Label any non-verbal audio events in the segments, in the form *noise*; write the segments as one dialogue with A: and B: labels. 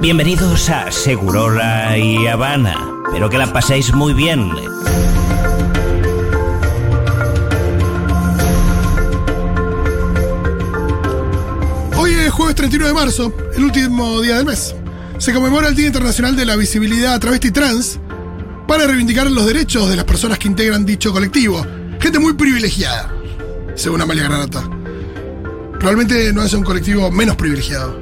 A: Bienvenidos a Segurola y Habana. Espero que la paséis muy bien.
B: Hoy es jueves 31 de marzo, el último día del mes. Se conmemora el Día Internacional de la Visibilidad Travesti y Trans para reivindicar los derechos de las personas que integran dicho colectivo. Gente muy privilegiada, según Amalia Granata. Realmente no es un colectivo menos privilegiado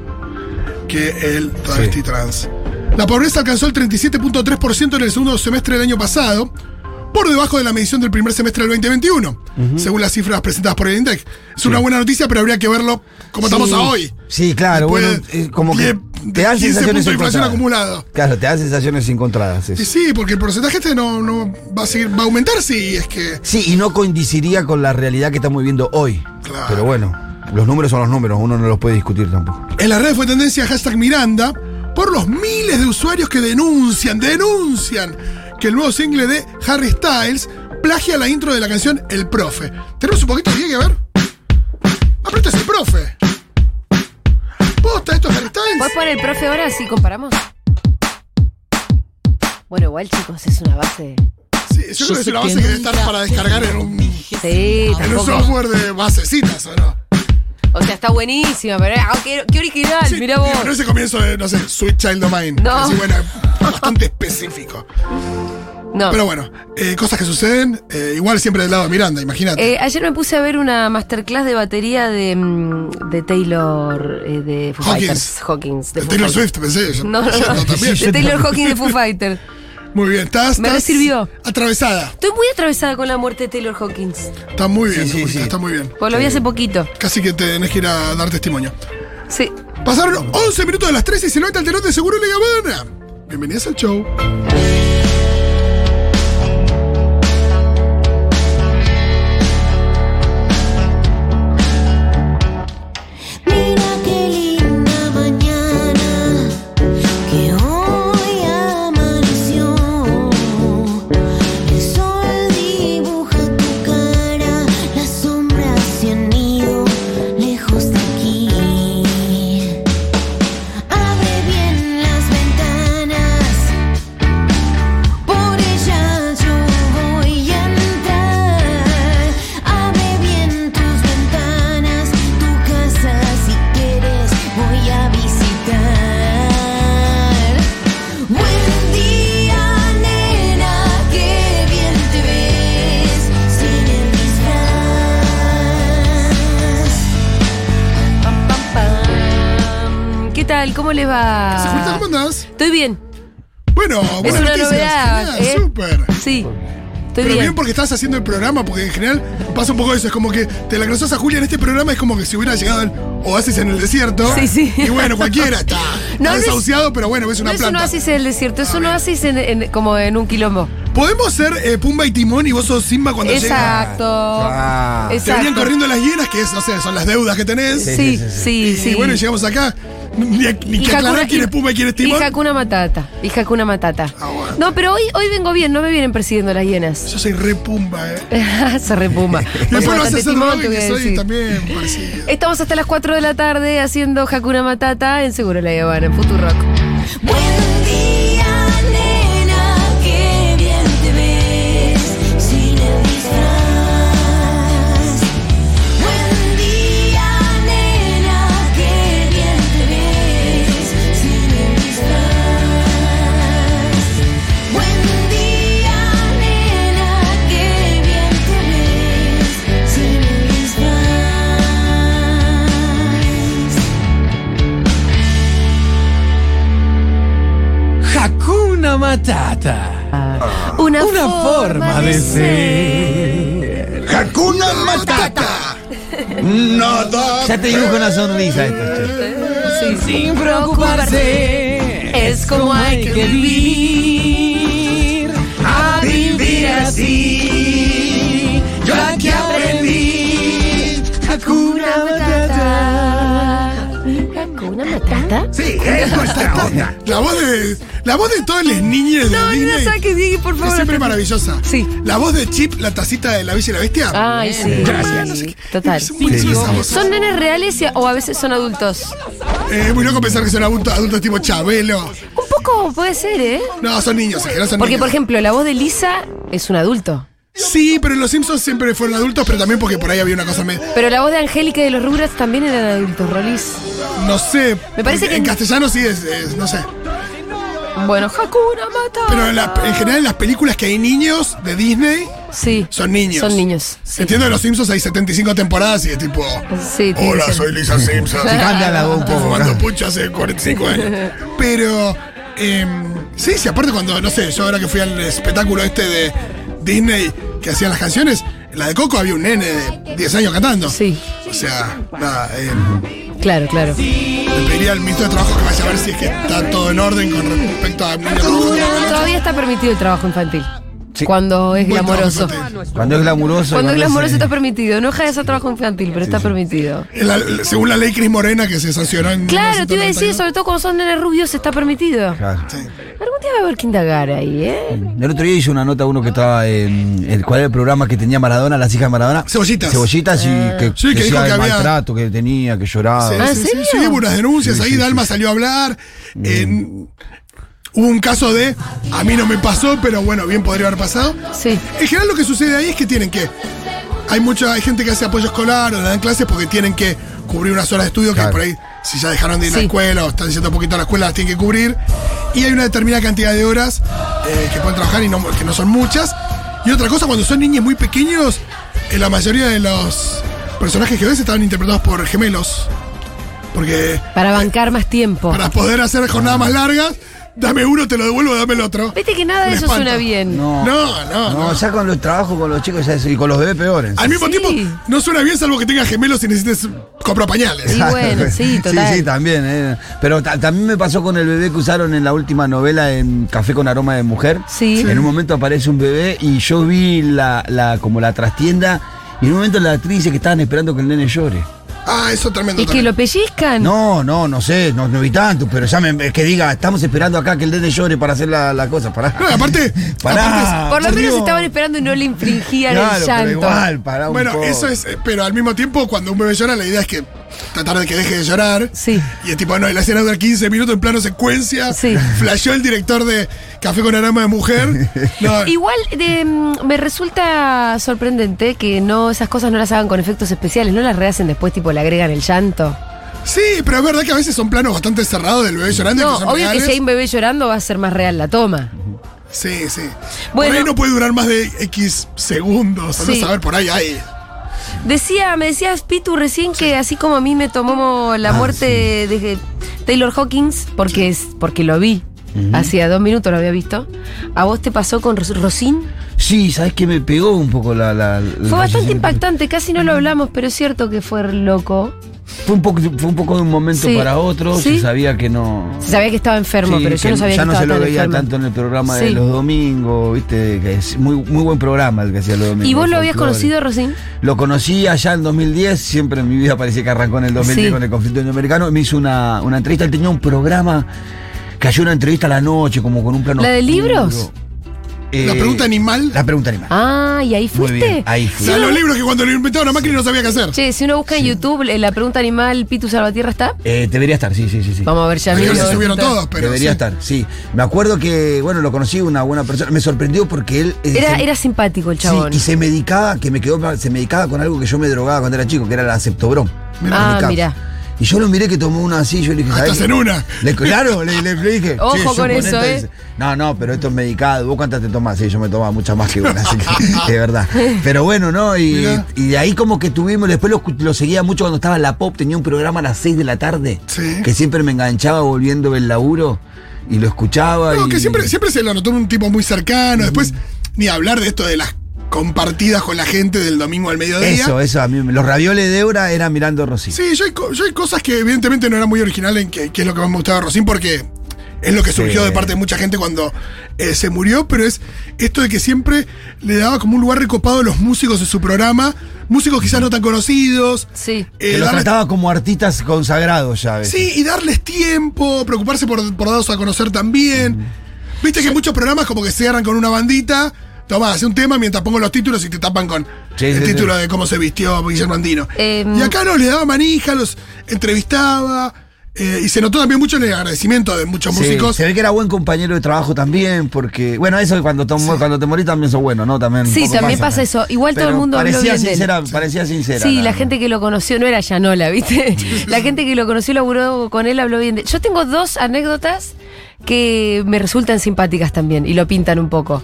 B: que el travesti
C: Sí.
B: trans. La pobreza alcanzó el 37.3% en el segundo semestre del año pasado, por debajo de la medición del primer semestre del 2021, según las cifras presentadas por el INDEC. Es una buena noticia, pero habría que verlo como estamos
C: Sí.
B: a hoy.
C: Sí, claro,
B: Después
C: bueno, eh, como
B: de-
C: que te dan
B: 15
C: sensaciones
B: puntos de inflación
C: encontradas.
B: acumulado.
C: Claro, te dan sensaciones encontradas. eso.
B: Y sí, porque el porcentaje este no, no va a seguir, va a aumentar si es que.
C: Sí, y no coincidiría con la realidad que estamos viviendo hoy.
B: Claro.
C: Pero bueno, los números son los números, uno no los puede discutir tampoco.
B: En las redes fue tendencia hashtag Miranda por los miles de usuarios que denuncian, denuncian que el nuevo single de Harry Styles plagia la intro de la canción El Profe. ¿Tenemos un poquito de que ver? ¡Aprieta ese profe! ¿Posta esto es Harry
D: ¿Puedes
B: Styles?
D: poner el profe ahora si comparamos? Bueno, igual chicos, es una base.
B: Sí, yo, creo que es una base que debe estar para descargar en un,
D: Sí,
B: en un
D: tampoco.
B: software de basecitas, ¿o no?
D: O sea, está buenísima, pero ah, qué, qué original,
B: Sí,
D: mirá
B: digo, No
D: vos.
B: ese comienzo de, no sé, Sweet Child of Mine.
D: No.
B: Así, bueno, bastante específico.
D: No.
B: Pero bueno, eh, cosas que suceden, eh, igual siempre del lado de Miranda, imagínate.
D: Eh, ayer me puse a ver una masterclass de batería de, mm, de Taylor eh, de Foo
B: Hawkins.
D: Fighters. Hawkins. de
B: De
D: Foo
B: Taylor
D: Fighters.
B: Swift, pensé. yo.
D: No, no,
B: Yo
D: no.
B: también.
D: De Taylor Hawkins de Foo Fighters.
B: Muy bien, estás.
D: Me
B: estás
D: sirvió.
B: Atravesada.
D: Estoy muy atravesada con la muerte de Taylor Hawkins.
B: Está muy bien,
C: Sí, sí,
B: Julita,
C: sí.
B: está muy bien.
D: Pues lo vi hace poquito.
B: Casi que tenés que ir a dar testimonio.
D: Sí.
B: Pasaron 11 minutos de las 13 y se levanta el telón de Seguro y La Habana. Bienvenidas al show.
E: Mira qué linda mañana que hoy amaneció. El sol dibuja tu cara, las sombras se han ido lejos de aquí. Abre bien las ventanas. Por ella yo voy a entrar. Abre bien tus ventanas, tu casa si quieres voy a visitar. Buen día, nena, que bien te ves sin el disfraz.
D: Pam, pam, pam. ¿Qué tal? ¿Cómo les
B: Segurita, ¿cómo
D: va?
B: andás?
D: Estoy bien.
B: Bueno,
D: Es
B: buenas
D: una
B: noticias.
D: novedad.
B: Genial,
D: ¿eh?
B: Súper.
D: Sí. Estoy
B: Pero bien
D: bien.
B: porque estás haciendo el programa, porque en general pasa un poco eso. Es como que te la cruzas a Julia en este programa, es como que si hubiera llegado al Oasis en el desierto.
D: Sí, sí.
B: Y bueno, cualquiera está, está
D: *laughs* No, no es-
B: desahuciado, pero bueno, es una
D: No es un
B: planta.
D: oasis en el desierto, es un oasis en- en- como en un quilombo.
B: Podemos ser eh, Pumba y Timón y vos sos Simba cuando llega.
D: Exacto.
C: Ah,
B: Te venían
D: Exacto.
B: corriendo las hienas, que es, no sé, son las deudas que tenés.
D: Sí,
C: Sí, sí,
D: sí,
B: Y
D: sí.
B: bueno, y llegamos acá. Ni, ni que
D: Hakuna-
B: aclarar quién es Pumba y quién es Timón.
D: Y Hakuna Matata. Y Hakuna Matata.
B: Ah, bueno.
D: No, pero hoy, hoy vengo bien, no me vienen persiguiendo las hienas. Ah,
B: Yo soy re Pumba,
D: *laughs*
B: eh.
D: Se repuma.
B: *laughs* Después lo vas a hacer Robin,
D: te voy a
B: que soy
D: decir.
B: también parecido.
D: Estamos hasta las 4 de la tarde haciendo Hakuna Matata en Seguro La Habana, en Futurock.
E: Buen día, nena, que bien te ves sin el disfraz. Buen día, nena, que bien te ves sin el disfraz. Buen día, nena, que bien te ves sin el disfraz.
F: Hakuna Matata.
D: Una,
F: Una forma de ser.
B: ¡Hakuna Matata! Nada.
C: Ya te dibujo una sonrisa esto, che.
D: Sí, sí.
F: Sin preocuparse.
D: Es como hay que
F: vivir. A vivir así. Yo aquí aprendí. Hakuna Matata.
D: ¿Una matata?
G: Sí, es nuestra onda.
B: La voz de. La voz de todos los niños de
D: No, no la
B: Disney
D: saques, Diego, por
B: es
D: favor.
B: siempre maravillosa.
D: Sí.
B: La voz de Chip, la tacita de la Bella y la Bestia.
D: Ay, sí.
B: Gracias. No sé qué.
D: Total.
B: Es buenísima esa voz.
D: ¿Son nenes reales y- o a veces son adultos?
B: Eh, Es muy loco pensar que son adultos, adultos tipo Chabelo.
D: Un poco puede ser, ¿eh?
B: No, son niños, en general son
D: Porque,
B: niños.
D: por ejemplo, la voz de Lisa es un adulto.
B: Sí, pero los Simpsons siempre fueron adultos, pero también porque por ahí había una cosa medio.
D: Pero la voz de Angélica y de los Rugrats también eran adultos, Rolis.
B: No sé.
D: Me parece
B: en,
D: que-
B: En castellano sí es, es- No sé.
D: Bueno, Hakuna Mata.
B: Pero en, la- en general en las películas que hay niños de Disney.
D: Sí.
B: Son niños.
D: Son niños. sí.
B: Entiendo que los Simpsons hay 75 temporadas y es tipo.
D: Sí, tiene
B: Hola,
D: que ser.
B: soy Lisa
C: *laughs*
B: Simpson.
C: Se cambia la voz un
B: Estoy
C: poco.
B: fumando
C: claro.
B: pucho hace 45 años. Pero. em, sí, sí, aparte cuando, no sé, yo ahora que fui al espectáculo este de Disney que hacían las canciones, en la de Coco había un nene de 10 años cantando.
D: Sí.
B: O sea, nada, em,
D: Claro, claro.
B: le pediría al ministro de Trabajo que vaya a ver si es que está todo en orden con respecto a.
D: Todavía está permitido el trabajo infantil. Cuando es
B: Buen trabajo
D: glamoroso.
B: infantil.
C: Cuando es glamuroso.
D: Cuando es
C: cuando
D: glamoroso
C: es, eh,
D: está permitido. No deja de ser trabajo infantil, pero está permitido.
B: En la- según la ley Cris Morena que se sancionó en.
D: Claro, te iba a decir,
B: 1992.
D: sobre todo cuando son nenes rubios, está permitido.
C: claro.
D: Algún día va a haber que indagar ahí, ¿eh?
C: El otro día hizo una nota uno que estaba en el cual era el programa que tenía Maradona, las hijas de Maradona.
B: Cebollitas.
C: Cebollitas y que,
B: Sí, que dijo
C: decía
B: que
C: el
B: había-
C: maltrato que tenía, que lloraba.
B: Sí,
D: Eh. ¿Ah,
B: sí,
D: en
B: sí,
D: serio?
B: sí, hubo unas denuncias.
C: Sí,
B: Ahí
C: sí,
B: Dalma
C: sí.
B: salió a hablar. en- hubo un caso de a mí no me pasó, pero bueno, bien podría haber pasado.
D: Sí.
B: En general lo que sucede ahí es que tienen que. Hay mucha hay gente que hace apoyo escolar o le dan clases porque tienen que cubrir unas horas de estudio que
C: Claro.
B: por ahí, si ya dejaron de ir a
D: Sí.
B: la escuela o están yendo un poquito a la escuela, las tienen que cubrir. Y hay una determinada cantidad de horas eh, que pueden trabajar y no, que no son muchas. Y otra cosa, cuando son niños muy pequeños, eh, la mayoría de los personajes que ves estaban interpretados por gemelos. Porque
D: Para bancar más tiempo.
B: para poder hacer jornadas más largas, dame uno, te lo devuelvo, dame el otro.
D: Viste que nada de
B: Un
D: eso
B: espanto.
D: suena bien.
C: No, no,
B: No, no, no.
C: ya con los trabajos con los chicos ya es- y con los bebés peores.
B: Al mismo
D: Sí.
B: tiempo, no suena bien salvo que tengas gemelos y necesites comprar pañales.
D: Sí. bueno, sí, total.
C: Sí, sí, también. eh. Pero ta- también me pasó con el bebé que usaron en la última novela en Café con Aroma de Mujer.
D: Sí.
C: En un momento aparece un bebé y yo vi la, la- como la trastienda y en un momento la actriz dice que estaban esperando que el nene llore.
B: Ah, eso tremendo.
D: Y que lo pellizcan.
C: No, no, no sé, no, no vi tanto, pero ya me, es que diga, estamos esperando acá que el nene llore para hacer la, la cosa, pará.
B: No, y aparte-
C: pará.
D: Por lo
C: yo
D: menos
C: digo-
D: estaban esperando y no le infringían
C: Claro,
D: el
C: pero
D: llanto.
C: igual, pará un
B: Bueno,
C: poco.
B: eso es, eh, pero al mismo tiempo, cuando un bebé llora, la idea es que tratar de que deje de llorar.
D: Sí.
B: Y es tipo, no, y la escena dura 15 minutos en plano secuencia.
D: Sí.
B: Flasheó el director de Café con Aroma de
C: *laughs*
B: Mujer. No,
D: Igual de, mm, me resulta sorprendente que no esas cosas no las hagan con efectos especiales, no las rehacen después, tipo le agregan el llanto.
B: sí, pero es verdad que a veces son planos bastante cerrados del bebé llorando.
D: No,
B: que son
D: obvio
B: reales.
D: que si hay un bebé llorando va a ser más real la toma.
B: Sí, sí.
D: Bueno.
B: Por ahí no puede durar más de X segundos.
D: Sí.
B: No saber, por ahí hay.
D: Decía, me decías Pitu recién que así como a mí me tomó
C: Ah,
D: la muerte de Taylor Hawkins, porque es, porque lo vi. Hacía dos minutos lo había visto. ¿A vos te pasó con Ros- Rosin?
C: Sí, sabes que me pegó un poco la. la- la-
D: Fue bastante impactante, casi no lo hablamos, pero es cierto que fue loco.
C: Fue un poco, fue un poco de un momento
D: Sí.
C: para otro,
D: Sí.
C: se sabía que no.
D: Se sabía que estaba enfermo,
C: Sí,
D: pero yo
C: que
D: no sabía
C: ya
D: que
C: no
D: estaba
C: se lo
D: tan
C: veía
D: enfermo.
C: tanto en el programa
D: Sí.
C: de los domingos, viste, que es muy, muy buen programa el que hacía los domingos.
D: ¿Y vos lo habías
C: Folclore.
D: conocido, Rosín?
C: Lo conocí allá en 2010, siempre en mi vida parecía que arrancó en el 2010
D: Sí.
C: con el conflicto indioamericano. Me hizo una, una entrevista, él tenía un programa, cayó una entrevista a la noche, como con un plano.
D: ¿La de
C: oscuro.
D: libros?
C: Eh,
B: La pregunta animal.
C: La pregunta animal.
D: Ah, ¿y ahí
C: Muy
D: fuiste?
C: bien, ahí
B: O
C: fui.
B: sea, los libros que cuando lo inventaron a Macri no sabía qué hacer.
D: Che, si uno busca en YouTube eh, la pregunta animal, Pitu Salvatierra está.
C: Eh, debería estar, sí, sí, sí. sí.
D: Vamos a ver ya
B: Creo
D: mismo.
B: que se subieron todos, pero. sí.
C: Debería estar, sí. Me acuerdo que, bueno, lo conocí, una buena persona. Me sorprendió porque él. eh,
D: Era,
C: se-
D: era simpático el
C: Sí,
D: chabón.
C: y se medicaba, que me quedó, se medicaba con algo que yo me drogaba cuando era chico, que era la septobrom.
D: Ah,
C: Medicaba.
D: mirá.
C: Y yo lo miré que tomó una así, yo le dije,
B: Ah,
C: "¿Sabés
B: estás
C: qué?".
B: en una.
C: Le, claro, le, le- le dije.
D: Ojo
C: "Sí,
D: con
C: suponete",
D: eso, ¿eh?
C: dice, No, no, pero esto es medicado. ¿Vos cuántas te tomás? Sí, yo me tomaba muchas más que una, así
B: *laughs*
C: que, de verdad. Pero bueno, ¿no? Y,
B: Mirá.
C: y de ahí como que tuvimos, después lo, escu- lo seguía mucho cuando estaba en la pop, tenía un programa a las 6 de la tarde,
B: Sí.
C: que siempre me enganchaba volviendo del laburo y lo escuchaba.
B: No,
C: y-
B: que siempre, siempre se lo notó un tipo muy cercano. Después, ni hablar de esto de las compartidas con la gente del domingo al mediodía.
C: Eso, eso, a mí, los ravioles de Eura era mirando Rosita.
B: Sí, yo hay, co- yo hay cosas que evidentemente no era muy original en que, que es lo que más me gustaba de Rosín, porque Es lo que surgió
C: Sí.
B: de parte de mucha gente cuando eh, se murió, pero es esto de que siempre le daba como un lugar recopado a los músicos en su programa, músicos quizás no tan conocidos.
D: Sí.
B: eh,
C: que lo
B: darles-
C: trataba como artistas consagrados ya. a veces.
B: sí, y darles tiempo, preocuparse por, por darlos a conocer
C: Mm.
B: también. Viste que muchos programas como que cierran con una bandita, toma, hace un tema mientras pongo los títulos y te tapan con
C: Sí,
B: el
C: sí, sí.
B: título de cómo se vistió Guillermo Andino.
D: Em,
B: y acá no, le daba manija, los entrevistaba. eh, y se notó también mucho en el agradecimiento de muchos
C: Sí,
B: músicos.
C: Se ve que era buen compañero de trabajo también, porque. Bueno, eso cuando te, mu- cuando te morís también sos bueno, ¿no? También un
D: Sí,
C: poco
D: también pasa eso. Igual todo
C: Pero
D: el mundo habló
C: parecía
D: bien de él.
C: sincera, Parecía sincera.
D: Sí, la gente que lo conoció no era Yanola,
C: *laughs*
D: ¿viste? La gente que lo conoció, laburó con él, habló bien de Yo tengo dos anécdotas que me resultan simpáticas también y lo pintan un poco.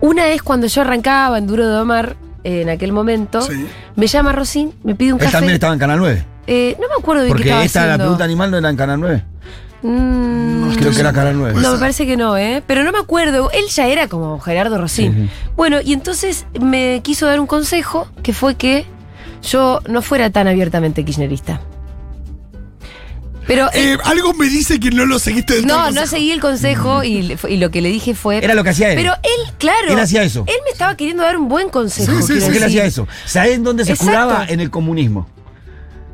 D: Una es cuando yo arrancaba en Duro de Omar eh, en aquel momento.
B: Sí.
D: Me llama Rosín, me pide un
C: Él
D: café.
C: también estaba en Canal 9.
D: Eh, no me acuerdo de qué
C: Porque
D: estaba
C: esta, la
D: haciendo.
C: pregunta animal, no era en Canal 9.
D: Mm,
C: Creo que era Canal 9.
D: no, me parece que no, ¿eh? Pero no me acuerdo. Él ya era como Gerardo Rosín. Bueno, y entonces me quiso dar un consejo que fue que yo no fuera tan abiertamente kirchnerista. Pero. eh,
B: Eh, algo me dice que no lo seguiste del todo
D: no,
B: el
D: no
B: consejo.
D: seguí el consejo y, le- y lo que le dije fue.
C: Mm. Era lo que hacía él.
D: Pero él, claro.
C: Él hacía eso.
D: Él me estaba queriendo dar un buen consejo.
B: Sí, sí,
D: quiero
B: sí,
C: ¿Por qué
D: decir.
C: él hacía eso? ¿Sabés en dónde se
D: Exacto.
C: curaba? En el comunismo.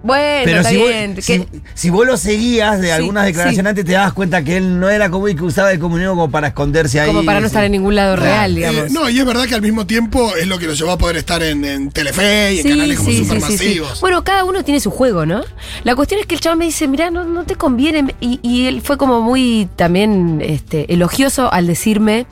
D: Bueno,
C: Pero
D: está
C: si,
D: bien.
C: vos,
D: que-
C: si, si vos lo seguías de
D: Sí,
C: algunas declaraciones
D: sí.
C: antes, te dabas cuenta que él no era como y que usaba el comunismo como para esconderse ahí. Ah,
D: como para no estar en ningún lado real,
B: Eh,
D: digamos.
B: no, y es verdad que al mismo tiempo es lo que lo llevó a poder estar en, en Telefe y en canales como supermasivos.
D: Bueno, cada uno tiene su juego, ¿no? La cuestión es que el chaval me dice, mirá, no, no te conviene. Y, y él fue como muy también este, elogioso al decirme,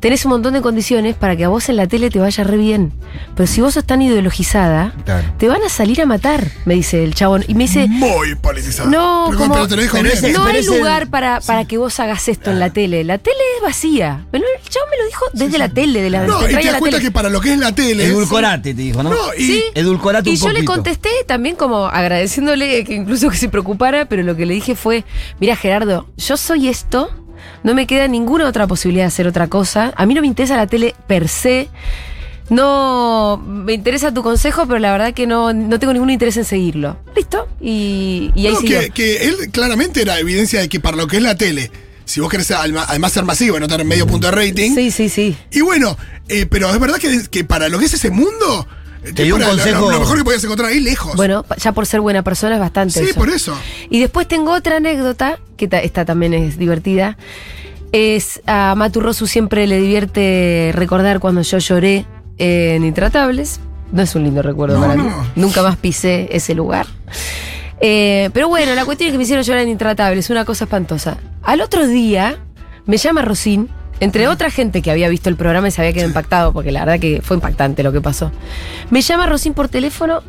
D: tenés un montón de condiciones para que a vos en la tele te vaya re bien. Pero si vos sos tan ideologizada,
C: Claro.
D: te van a salir a matar, me dice el chabón. Y me dice...
B: Muy politizado.
D: No,
B: pero,
D: como-
B: pero te lo dijo
C: pero
B: bien. Ah.
C: ese-
D: No hay
C: es el-
D: lugar para, para que vos hagas esto en la tele. La tele es vacía. Pero el chabón me lo dijo desde la tele, de la
B: No, y
D: pantalla
B: te
D: de
B: das
D: la
B: cuenta
D: tele.
B: que para lo que es la tele.
C: Edulcorate, te dijo, ¿no?
B: No, y
D: Sí.
C: Edulcorate
D: Y
C: un
D: yo le
C: poquito.
D: contesté también como agradeciéndole que incluso que se preocupara, pero lo que le dije fue, mira Gerardo, yo soy esto, no me queda ninguna otra posibilidad de hacer otra cosa, a mí no me interesa la tele per se, no me interesa tu consejo, pero la verdad que no, no tengo ningún interés en seguirlo. Listo, y, y ahí
B: no,
D: siguió.
B: que, que él claramente era evidencia de que para lo que es la tele, si vos querés alma- además ser masivo y no tener medio punto de rating.
D: Sí, sí, sí.
B: Y bueno, eh, pero es verdad que, que para lo que es ese mundo, eh,
C: Te dio un
B: para lo-
C: consejo-
B: Lo, mejor que podías encontrar ahí lejos.
D: Bueno, pa- ya por ser buena persona es bastante.
B: sí, por eso.
D: Y después tengo otra anécdota, que ta- esta también es divertida. Es a Matu Rosu siempre le divierte recordar cuando yo lloré en Intratables. No es un lindo recuerdo
B: No,
D: para mí.
B: no.
D: Nunca más pisé ese lugar. Eh, pero bueno, la cuestión es que me hicieron llorar en Intratables, una cosa espantosa. Al otro día me llama Rosín, entre otra gente que había visto el programa y sabía que era impactado, porque la verdad que fue impactante lo que pasó. Me llama Rosín por teléfono,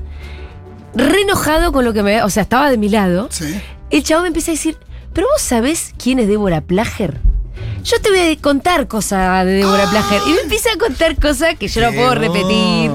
D: re enojado con lo que me... O sea, estaba de mi lado.
B: Sí.
D: El chavo me empieza a decir, ¿pero vos sabés quién es Débora Plager? Yo te voy a contar cosas de Débora Plager. Y me empieza a contar cosas que yo no puedo repetir.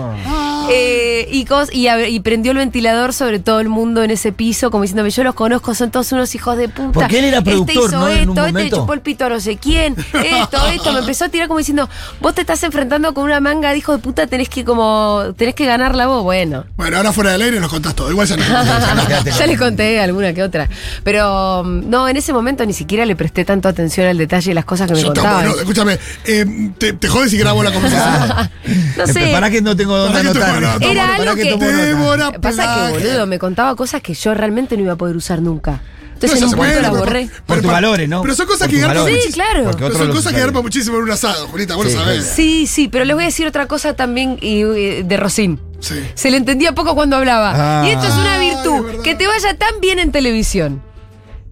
D: Eh, y, cos- y, a- y prendió el ventilador sobre todo el mundo en ese piso, como diciéndome, yo los conozco, son todos unos hijos de puta.
C: Porque él era productor,
D: este hizo
C: ¿no? En un
D: esto, este le
C: momento.
D: chupó el pito a no sé quién, esto, esto. Me empezó a tirar como diciendo, vos te estás enfrentando con una manga de hijo de puta, tenés que como, tenés que ganarla vos. Bueno,
B: Bueno, ahora fuera del aire nos contás
D: *laughs*
B: todo. Igual ya no.
D: ya le conté alguna que otra. Pero um, no, en ese momento ni siquiera le presté tanto atención al detalle de las cosas que me
B: Yo tampoco,
D: contaban.
B: no, escúchame, eh, te, te jodes si grabo la conversación.
D: *laughs* No
C: Eh,
D: sé.
C: Pará que no tengo dónde
B: Pará que te-
C: anotar.
B: bueno,
C: Pará
D: Era algo que.
C: tomo nota.
B: Débora
D: Pasa que,
B: Plager.
D: boludo, me contaba cosas que yo realmente no iba a poder usar nunca. Entonces
B: No,
D: en
B: ya
D: un punto
B: se puede,
D: las
B: pero-
D: borré.
B: pero-
C: Por tus
B: pero-
C: valores, ¿no?
B: Pero son cosas
C: Por
B: que
C: tus
B: garpan
C: valores.
D: Sí, claro. Porque
B: Pero
C: otros
B: son
C: los
B: cosas que
C: usarían.
B: garpan muchísimo en un asado, Julita, vos
C: Sí,
B: lo sabés.
D: Sí, sí, pero les voy a decir otra cosa también y, eh, de Rosín.
B: Sí.
D: Se le entendía poco cuando hablaba.
C: Ah.
D: Y esto es una
B: Ay, es
D: virtud,
B: verdad.
D: que te vaya tan bien en televisión.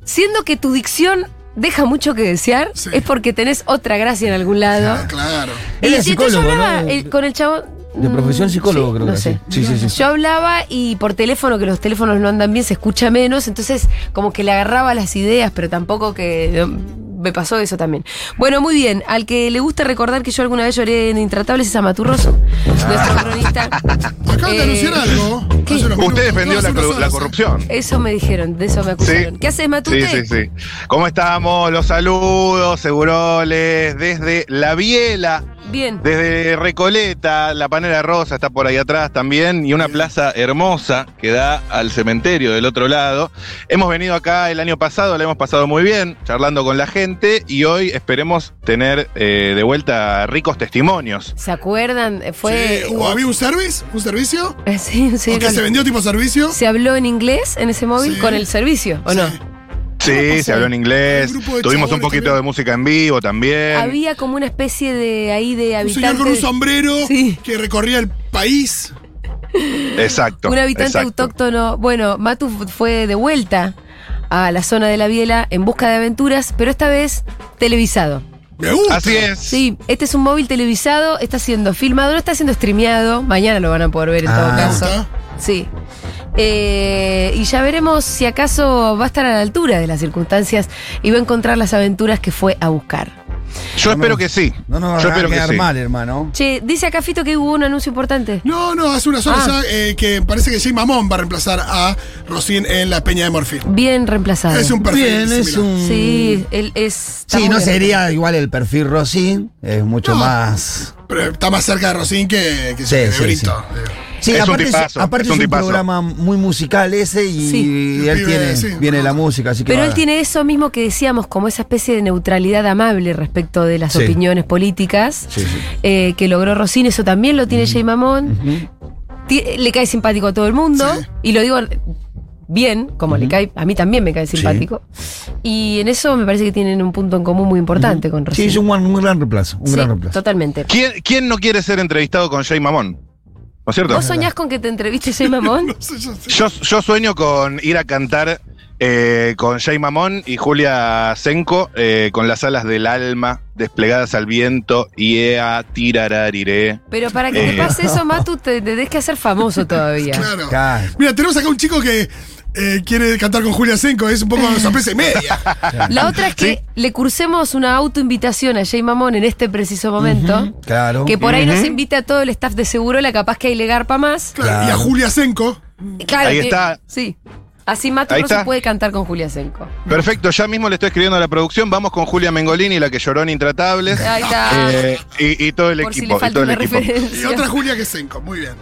D: Siendo que tu dicción deja mucho que desear,
B: Sí.
D: es porque tenés otra gracia en algún lado.
B: Ah, claro.
C: Él
D: Y
C: era
D: si yo
C: psicólogo,
D: hablaba, eh,
C: ¿no?
D: el- con el chabón.
C: De profesión
D: mm,
C: psicólogo,
D: sí,
C: creo
D: no
C: que
D: sé.
C: sí. Sí, sí, sí.
D: Yo hablaba y por teléfono, que los teléfonos no andan bien, se escucha menos, entonces como que le agarraba las ideas, pero tampoco que. mm, Me pasó eso también. Bueno, muy bien. Al que le gusta recordar que yo alguna vez lloré en Intratables es a Maturroso, nuestro cronista.
B: *laughs* Acabas de
D: Eh,
B: anunciar Ah. algo.
D: ¿qué?
B: hace unos minutos.
H: Usted defendió
B: No,
H: la,
B: hace unas
H: corru- la
B: horas.
H: corrupción.
D: Eso me dijeron, de eso me
H: Sí.
D: acusaron. ¿Qué haces, Matute?
H: Sí, sí, sí. ¿Cómo estamos? Los saludos, seguroles, desde La Biela,
D: Bien.
H: Desde Recoleta, la panera rosa está por ahí atrás también, y una plaza hermosa que da al cementerio del otro lado. Hemos venido acá el año pasado, la hemos pasado muy bien, charlando con la gente, y hoy esperemos tener eh, de vuelta ricos testimonios.
D: ¿Se acuerdan? Eh, Fue.
B: Sí, ¿O había Eh, un service? ¿Un servicio?
D: Eh, sí, sí,
B: ¿O que
D: con-
B: se vendió tipo servicio?
D: ¿Se habló en inglés en ese móvil
B: Sí.
D: con el servicio o
B: Sí.
D: no?
H: Sí, se habló en inglés,
B: Un grupo de
H: tuvimos un
B: chabones
H: poquito
B: también.
H: de música en vivo también.
D: Había como una especie de ahí de
B: Un señor
D: habitante.
B: con un sombrero
D: Sí.
B: que recorría el país.
H: exacto.
D: un habitante
H: exacto.
D: autóctono. Bueno, Matu fu- fue de vuelta a la zona de la biela en busca de aventuras, pero esta vez televisado.
B: Me gusta.
H: Así es.
D: Sí, este es un móvil televisado, está siendo filmado, no está siendo streameado. Mañana lo van a poder ver en todo
C: Ah.
B: Me
D: caso.
B: gusta.
D: Sí. Eh, y ya veremos si acaso va a estar a la altura de las circunstancias y va a encontrar las aventuras que fue a buscar.
H: Yo espero que sí.
C: No, no,
H: Yo espero que
C: quedar
H: sí.
C: mal, hermano.
D: Che, dice acá Fito que hubo un anuncio importante.
B: No, no, hace unas horas
D: Ah.
B: ya, eh, que parece que Jay Mamón va a reemplazar a Rocín en la Peña de Morfín.
D: Bien reemplazado.
B: Es un perfil.
C: Bien, es
B: similar.
C: un.
D: Sí, él es. está
C: Sí,
D: muy
C: no
D: bien.
C: sería igual el perfil Rosin, es mucho
B: No.
C: más.
B: Pero está más cerca de Rocín que, que
C: Sí,
B: de
C: sí,
B: Brito.
C: Sí,
H: Es un
C: aparte,
H: tipazo,
C: aparte
H: es
C: es
H: un
C: un,
H: tipazo.
C: programa muy musical ese y,
D: Sí.
B: El
C: él
B: pibe,
C: tiene,
B: sí.
C: viene la música, así que.
D: Pero
C: va.
D: él tiene eso mismo que decíamos, como esa especie de neutralidad amable respecto de las
C: Sí.
D: opiniones políticas
C: Sí, sí.
D: eh, que logró Rocín, eso también lo
C: Mm.
D: tiene Jay Mamón.
C: Ujú. Mm.
D: Ti- Le cae simpático a todo el mundo,
B: Sí.
D: y lo digo bien, como le cae, a mí también me cae simpático. Y en eso me parece que tienen un punto en común muy importante con
C: Sí,
D: Rocín.
C: es un, gran- un gran reemplazo. Un
D: Sí,
C: gran reemplazo.
D: totalmente.
H: ¿Quién, quién no quiere ser entrevistado con Jay Mamón? ¿No es cierto?
D: ¿Vos soñás con que te entreviste
C: *laughs*
D: Jay Mamón?
B: No sé, yo sé.
H: Yo, yo sueño con ir a cantar eh, con Jay Mamón y Julia Senko eh, con las alas del alma desplegadas al viento y ea tirarariré.
D: Pero para que te
H: Eh.
D: pase eso, Matu, te tenés que hacer
B: *laughs*
D: famoso todavía.
B: Claro.
C: Claro.
B: Mira, tenemos acá un chico que eh, quiere cantar con Julia Senco, es un poco sorpresa y media.
D: La otra es que le cursemos una autoinvitación a Jay Mamón en este preciso momento.
C: Ujú, Claro.
D: Que por ahí nos invite a todo el staff de Segurola, capaz que ahí le garpa más.
B: Claro, Y a
C: Claro.
B: Julia Senco.
D: Claro,
H: Ahí
D: que-
H: está.
D: Sí. Así Matu
H: Ahí
D: no se
H: está.
D: puede cantar con Julia Senco.
H: Perfecto, ya mismo le estoy escribiendo a la producción. Vamos con Julia Mengolini, la que lloró en Intratables.
D: Ahí está.
H: eh, y, y todo el
D: por si le
H: equipo. y
D: falta
H: todo el
D: una
H: equipo.
B: Y
D: referencia.
B: otra Julia que es Senco, muy bien.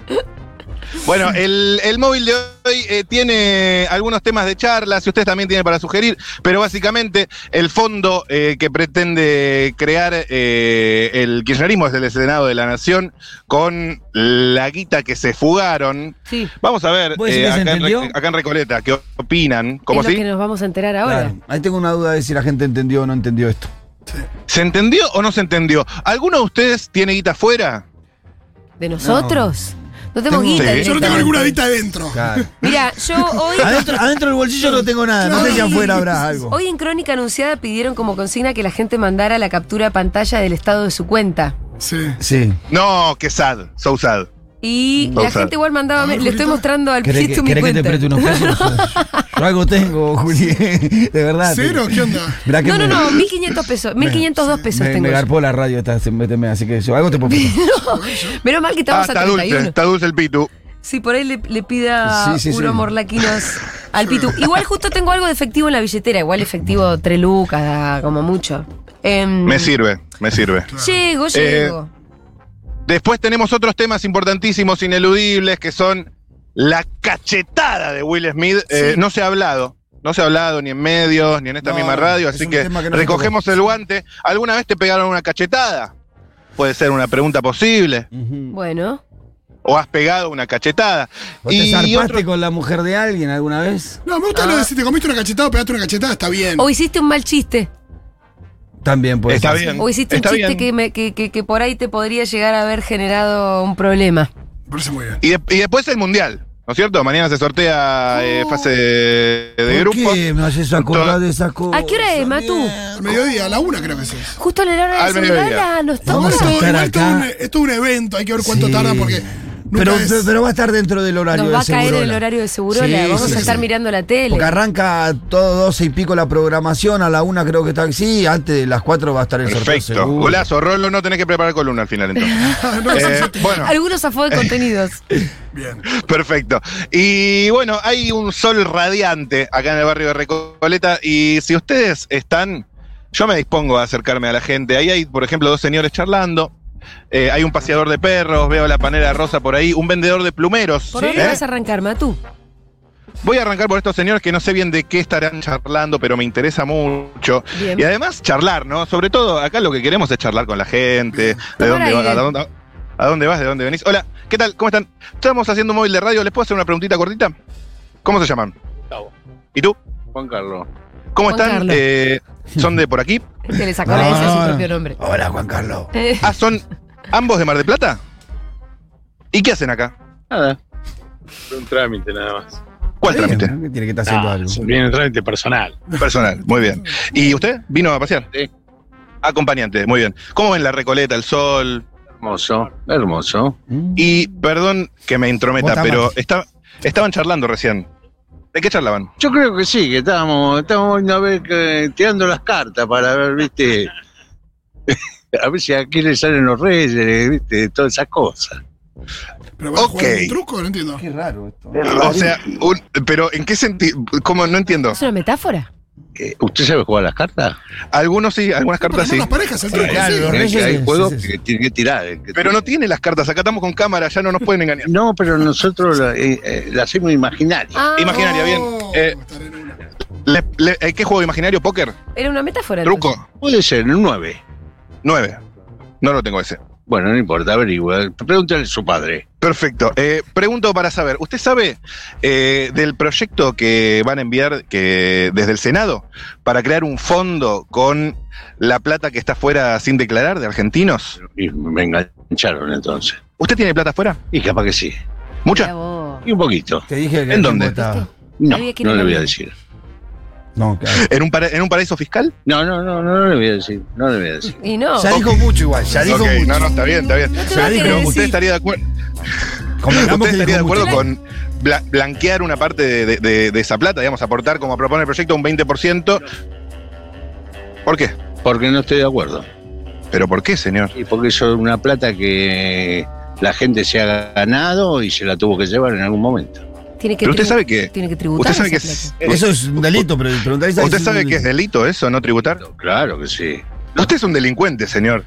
H: Bueno, el, el móvil de hoy eh, tiene algunos temas de charla, si ustedes también tienen para sugerir, pero básicamente el fondo eh, que pretende crear eh, el kirchnerismo desde el Senado de la Nación con la guita que se fugaron.
D: Sí.
H: Vamos a ver eh,
C: ¿Vos decís que se
H: acá, en Re-
C: entendió?
H: acá en Recoleta qué opinan. ¿Cómo
D: es
H: sí?
D: lo que nos vamos a enterar ahora.
C: Claro. Ahí tengo una duda de si la gente entendió o no entendió esto.
H: ¿Se entendió o no se entendió? ¿Alguno de ustedes tiene guita afuera?
D: ¿De nosotros? No, tenemos
C: Tengo-
D: guita.
H: Sí.
B: Yo no tengo ninguna vista adentro.
C: Claro.
D: Mira, yo
H: *laughs*
D: hoy.
C: adentro, adentro del bolsillo no tengo nada. No sé si afuera habrá algo.
D: Pues, Hoy en Crónica Anunciada pidieron como consigna que la gente mandara la captura de pantalla del estado de su cuenta.
B: Sí.
C: Sí.
H: No, qué sad, so sad.
D: Y
H: O
D: la
H: sea-
D: gente igual mandaba.
B: A ver,
D: Le estoy
B: Julita.
D: mostrando al
C: Mm. ¿Querés que,
D: Pitu mi
C: querés que te
D: cuenta.
C: preste unos pesos?
D: *laughs*
C: Yo algo tengo, *laughs* Juli. De verdad.
B: ¿Cero? ¿Qué onda?
C: Mirá que
D: No, no,
C: me-
D: no, 1500 pesos, 1502 pesos
C: Me,
D: tengo.
C: me
D: yo.
C: garpó la radio esta semana, así que yo algo te
D: *laughs*
C: puedo prestar.
D: Menos mal que
H: Ah,
D: estamos
H: está
D: a
H: dulce,
D: 31.
H: está dulce el pitu.
D: Si por ahí le, le pida
C: Sí, sí, sí.
D: uno morlaquinos al Pitu. Igual justo tengo algo de efectivo en la billetera, igual efectivo tres lucas, da como mucho. Em,
C: Mm.
H: Me sirve, me sirve. Eh,
D: Llego, llego.
H: Después tenemos otros temas importantísimos, ineludibles, que son la cachetada de Will Smith. Eh, no se ha hablado, no se ha hablado ni en medios, ni en esta
C: No,
H: misma
C: no,
H: radio,
C: es
H: así
C: un
H: que,
C: tema que no se
H: recogemos el guante. ¿Alguna vez te pegaron una cachetada? Puede ser una pregunta posible.
D: Bueno,
H: ¿O has pegado una cachetada?
C: ¿Vos te zarpaste
H: otro-
C: con la mujer de alguien alguna vez?
B: No, me gusta lo de si te comiste una cachetada o pegaste una cachetada, está bien.
D: Ah. o hiciste un mal chiste,
C: También puede
H: Está
C: ser.
H: bien.
D: o hiciste
H: está
D: un chiste
H: bien.
D: que, me- que- que- que por ahí te podría llegar a haber generado un problema.
B: Me parece muy bien.
H: Y, de- y después el Mundial, ¿no es cierto? Mañana se sortea eh, fase de, de
C: Oh. ¿Por
H: grupos.
C: qué me haces acordar de esas cosas?
D: ¿A qué hora es, Matú?
B: Al mediodía, a la una creo que sí.
D: Justo a la hora
H: Al
D: del celular,
H: mediodía.
D: ah, no
B: Igual
D: estamos.
C: Vamos a
B: todo-
C: estar
B: igual todo
C: acá.
B: un- Es todo un evento, hay que ver cuánto
C: Sí.
B: tarda porque. nunca
C: Pero,
B: es-
C: pero va a estar dentro del horario
D: Nos
C: de
D: va a caer
C: Segurola.
D: el horario de Segurola,
C: Sí,
D: vamos
C: sí,
D: a estar
C: sí.
D: mirando la tele. *laughs*
C: Porque arranca a todo 12 y pico la programación, a la una creo que está. Sí, antes de las 4 va a estar el sorteo.
H: Perfecto.
C: seguro.
H: Golazo, Rolo, no tenés que preparar columna al final entonces.
C: *laughs*
H: Eh, bueno.
D: Algunos zafó de
H: *laughs*
D: contenidos.
B: Bien.
H: Perfecto. Y bueno, hay un sol radiante acá en el barrio de Recoleta y si ustedes están, yo me dispongo a acercarme a la gente. Ahí hay, por ejemplo, dos señores charlando. eh, hay un paseador de perros, veo la panera rosa por ahí, un vendedor de plumeros.
D: ¿Por dónde
H: ¿eh?
D: vas a arrancar, Matú?
H: Voy a arrancar por estos señores que no sé bien de qué estarán charlando, pero me interesa mucho.
D: Bien.
H: Y además charlar, ¿no? Sobre todo acá lo que queremos es charlar con la gente, de
D: Tomar
H: dónde, vas,
D: aire.
H: a, dónde, a dónde vas, de dónde venís. Hola, ¿qué tal? ¿Cómo están? Estamos haciendo un móvil de radio, ¿les puedo hacer una preguntita cortita? ¿Cómo se llaman? ¿Y tú? Juan Carlos. ¿Cómo
D: Juan
H: están?
D: Carlos.
H: Eh, ¿Son de por aquí?
D: Se Este le sacó la S a
C: No,
D: su
C: no.
D: propio nombre.
C: Hola, Juan Carlos.
D: Eh,
H: Ah, ¿son ambos de Mar del Plata? ¿Y qué hacen acá?
I: Nada. Un trámite nada más.
H: ¿Cuál trámite?
C: Tiene que estar haciendo
I: Ah,
C: algo.
I: Viene un trámite personal.
H: Personal, muy bien. ¿Y usted vino a pasear?
I: Sí.
H: Acompañante, muy bien. ¿Cómo ven la recoleta, el sol?
I: Hermoso, hermoso.
C: Mm.
H: Y perdón que me intrometa,
C: Vos
H: pero
C: tamás.
H: esta- estaban charlando recién. ¿De qué charlaban?
I: Yo creo que sí, que estábamos, estábamos viendo a ver, que- tirando las cartas para ver, viste, *laughs* a ver si aquí le salen los reyes, viste, todas esas cosas.
B: Pero bueno,
H: Ok.
B: jugar un truco, no entiendo.
C: Qué raro esto.
H: O sea, un- pero ¿en qué sentido? ¿Cómo? No entiendo.
D: ¿Es una metáfora?
I: Eh, ¿Usted sabe jugar las cartas?
H: Algunos sí, algunas cartas
B: Son
H: sí.
B: las parejas, el truco.
C: claro,
B: sí.
C: los
I: Eh,
C: reyes,
I: que
C: sí,
I: hay juegos
C: sí, sí.
I: que tiene que tirar. eh. el que
H: Pero no tiene las cartas, acá estamos con cámara, ya no nos pueden engañar.
I: No, pero nosotros la, eh, eh, la hacemos imaginaria.
D: Ah,
H: Imaginaria, bien. Eh,
B: estar en una.
H: le- le- eh, ¿Qué juego imaginario? ¿Póker?
D: Era una metáfora. entonces.
H: ¿Truco?
I: Puede ser un 9.
H: Nueve. No lo tengo ese.
I: Bueno, no importa, averigua. Pregúntale a su padre.
H: Perfecto. Eh, pregunto para saber, ¿usted sabe eh, del proyecto que van a enviar que, desde el Senado para crear un fondo con la plata que está fuera sin declarar de argentinos?
I: Y me engancharon entonces.
H: ¿Usted tiene plata fuera?
I: Y capaz que sí.
D: Mirá
H: ¿Mucha?
D: vos.
I: Y un poquito.
C: Te dije que
H: ¿En dónde?
C: estaba.
I: No,
D: Había que ir
I: no
D: a la
I: le voy a
D: mina.
I: decir.
C: No, claro.
H: ¿En un, para- en un paraíso fiscal?
I: No, no, no, no, no le voy a decir. No le voy a decir.
D: Y no.
C: Ya dijo mucho igual, ya dijo
H: Ok,
C: mucho.
H: no, no, está bien, está bien.
D: No te
H: Pero
D: va a querer
H: usted
D: decir.
H: estaría de acuerdo.
C: Convengamos
H: ¿Usted
C: que
H: estaría de
C: dijo mucho.
H: acuerdo con bla- blanquear una parte de, de- de- de esa plata, digamos, aportar como propone el proyecto un 20%? ¿Por qué?
I: Porque no estoy de acuerdo.
H: ¿Pero por qué, señor?
I: Y porque eso es una plata que la gente se ha ganado y se la tuvo que llevar en algún momento.
D: Tiene que
H: Pero usted
D: tribu-
H: sabe que-
D: Tiene que tributar.
H: ¿Usted sabe que
D: esa
H: es,
D: plata.
C: Eso es un delito, pero preguntáis
H: usted sabe que es delito eso, no tributar?
I: Claro que sí.
H: Usted es un delincuente, señor.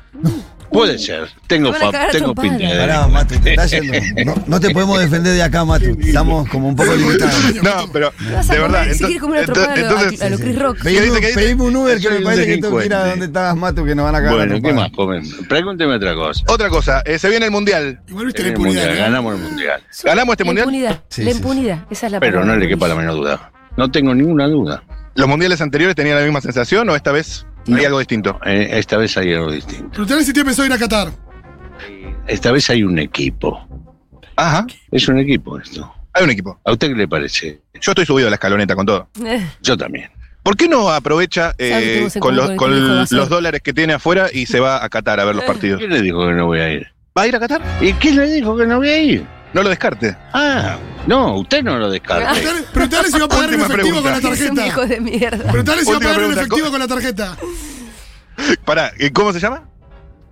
I: Puede ser. Tengo,
D: Te van a
I: fa-
D: cagar a
I: tengo
D: trompadas.
I: pinta de.
C: Pará, Matu, te
I: *laughs*
C: estás yendo. No, no te podemos defender de acá, Matu. Estamos como un poco limitados.
H: *laughs* No, pero
D: Te vas a
H: de
D: comer,
H: verdad.
D: si
H: ento-
D: quieres comer una
H: ento-
D: tropada a lo- a lo
H: entonces,
D: Chris Rock.
H: ¿Qué dice,
C: Pedimos,
H: qué dice?
C: pedimos un Uber que
I: Soy
C: me
I: un
C: parece que tengo que ir a
I: delincuente.
C: donde estabas, Matu, que nos van a cagar. a
I: Bueno, ¿qué
C: trompadas.
I: más comen? Pregúnteme otra cosa.
H: otra cosa, eh, se viene el mundial.
B: Igual viste
I: En
B: la
I: el mundial,
B: impunidad. ¿no?
I: ganamos el mundial.
H: ¿Ganamos este
D: La
H: mundial?
D: impunidad.
C: Sí,
D: la
C: sí, sí.
D: impunidad. Esa es la
I: Pero
D: palabra.
I: no le quepa la menor duda. No tengo ninguna duda.
H: ¿Los mundiales anteriores tenían la misma sensación o esta vez hay algo distinto?
I: Eh, Esta vez hay algo distinto.
B: Preguntale si usted pensó ir a Qatar.
I: Esta vez hay un equipo.
H: Ajá,
I: Es un equipo esto.
H: hay un equipo.
I: ¿A usted qué le parece?
H: Yo estoy subido a la escaloneta con todo.
I: *laughs* Yo también.
H: ¿Por qué no aprovecha
D: que tenemos en
H: eh, con,
D: común
H: los,
D: con el
H: con
D: conejo de Basel? Eh.
H: los dólares que tiene afuera y se va a Qatar a ver los partidos?
I: ¿Quién le dijo que no voy a ir?
H: ¿Va a ir a Qatar?
I: ¿Y quién le dijo que no voy a ir?
H: No lo descarte.
I: Ah, no, usted no lo descarte.
B: Preguntale- Preguntale si va a pagar en
H: Última
B: efectivo con la
H: pregunta.
D: *laughs* Es un hijo
B: tarjeta.
D: de mierda.
B: Preguntale si va a
H: Última
B: pagar en
H: pregunta.
B: efectivo con la tarjeta.
H: *laughs* Pará, eh, ¿cómo se llama?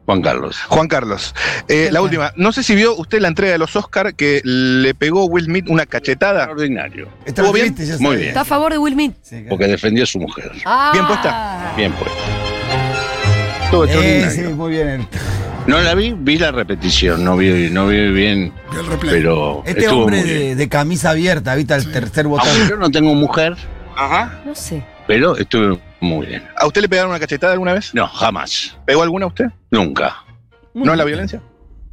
I: Juan Carlos.
H: Juan Carlos. Eh, la última. No sé si vio usted la entrega de los Oscar que le pegó Will Smith una cachetada.
I: Extraordinario.
C: Estás
H: ¿Estuvo bien?
C: triste, ya
I: Muy
C: sabía.
I: bien.
D: Está a favor de Will Smith.
C: Sí, claro.
I: Porque defendió a su mujer.
D: Ah.
H: Bien puesta.
I: Bien pues. Todo
C: Eh, sí,
I: extraordinario.
C: muy bien.
I: No la vi, vi la repetición. No vi, no vi bien,
B: Y El replay.
I: pero
C: Este
I: estuvo
C: hombre
I: muy bien.
C: de, de camisa abierta, ¿viste? Al tercer
I: Aunque
C: botón.
I: yo no tengo mujer,
H: Ajá.
D: No sé.
I: pero estuve muy bien.
H: ¿A usted le pegaron una cachetada alguna vez?
I: No, jamás.
H: ¿Pegó alguna a usted?
I: Nunca.
H: ¿No a la violencia?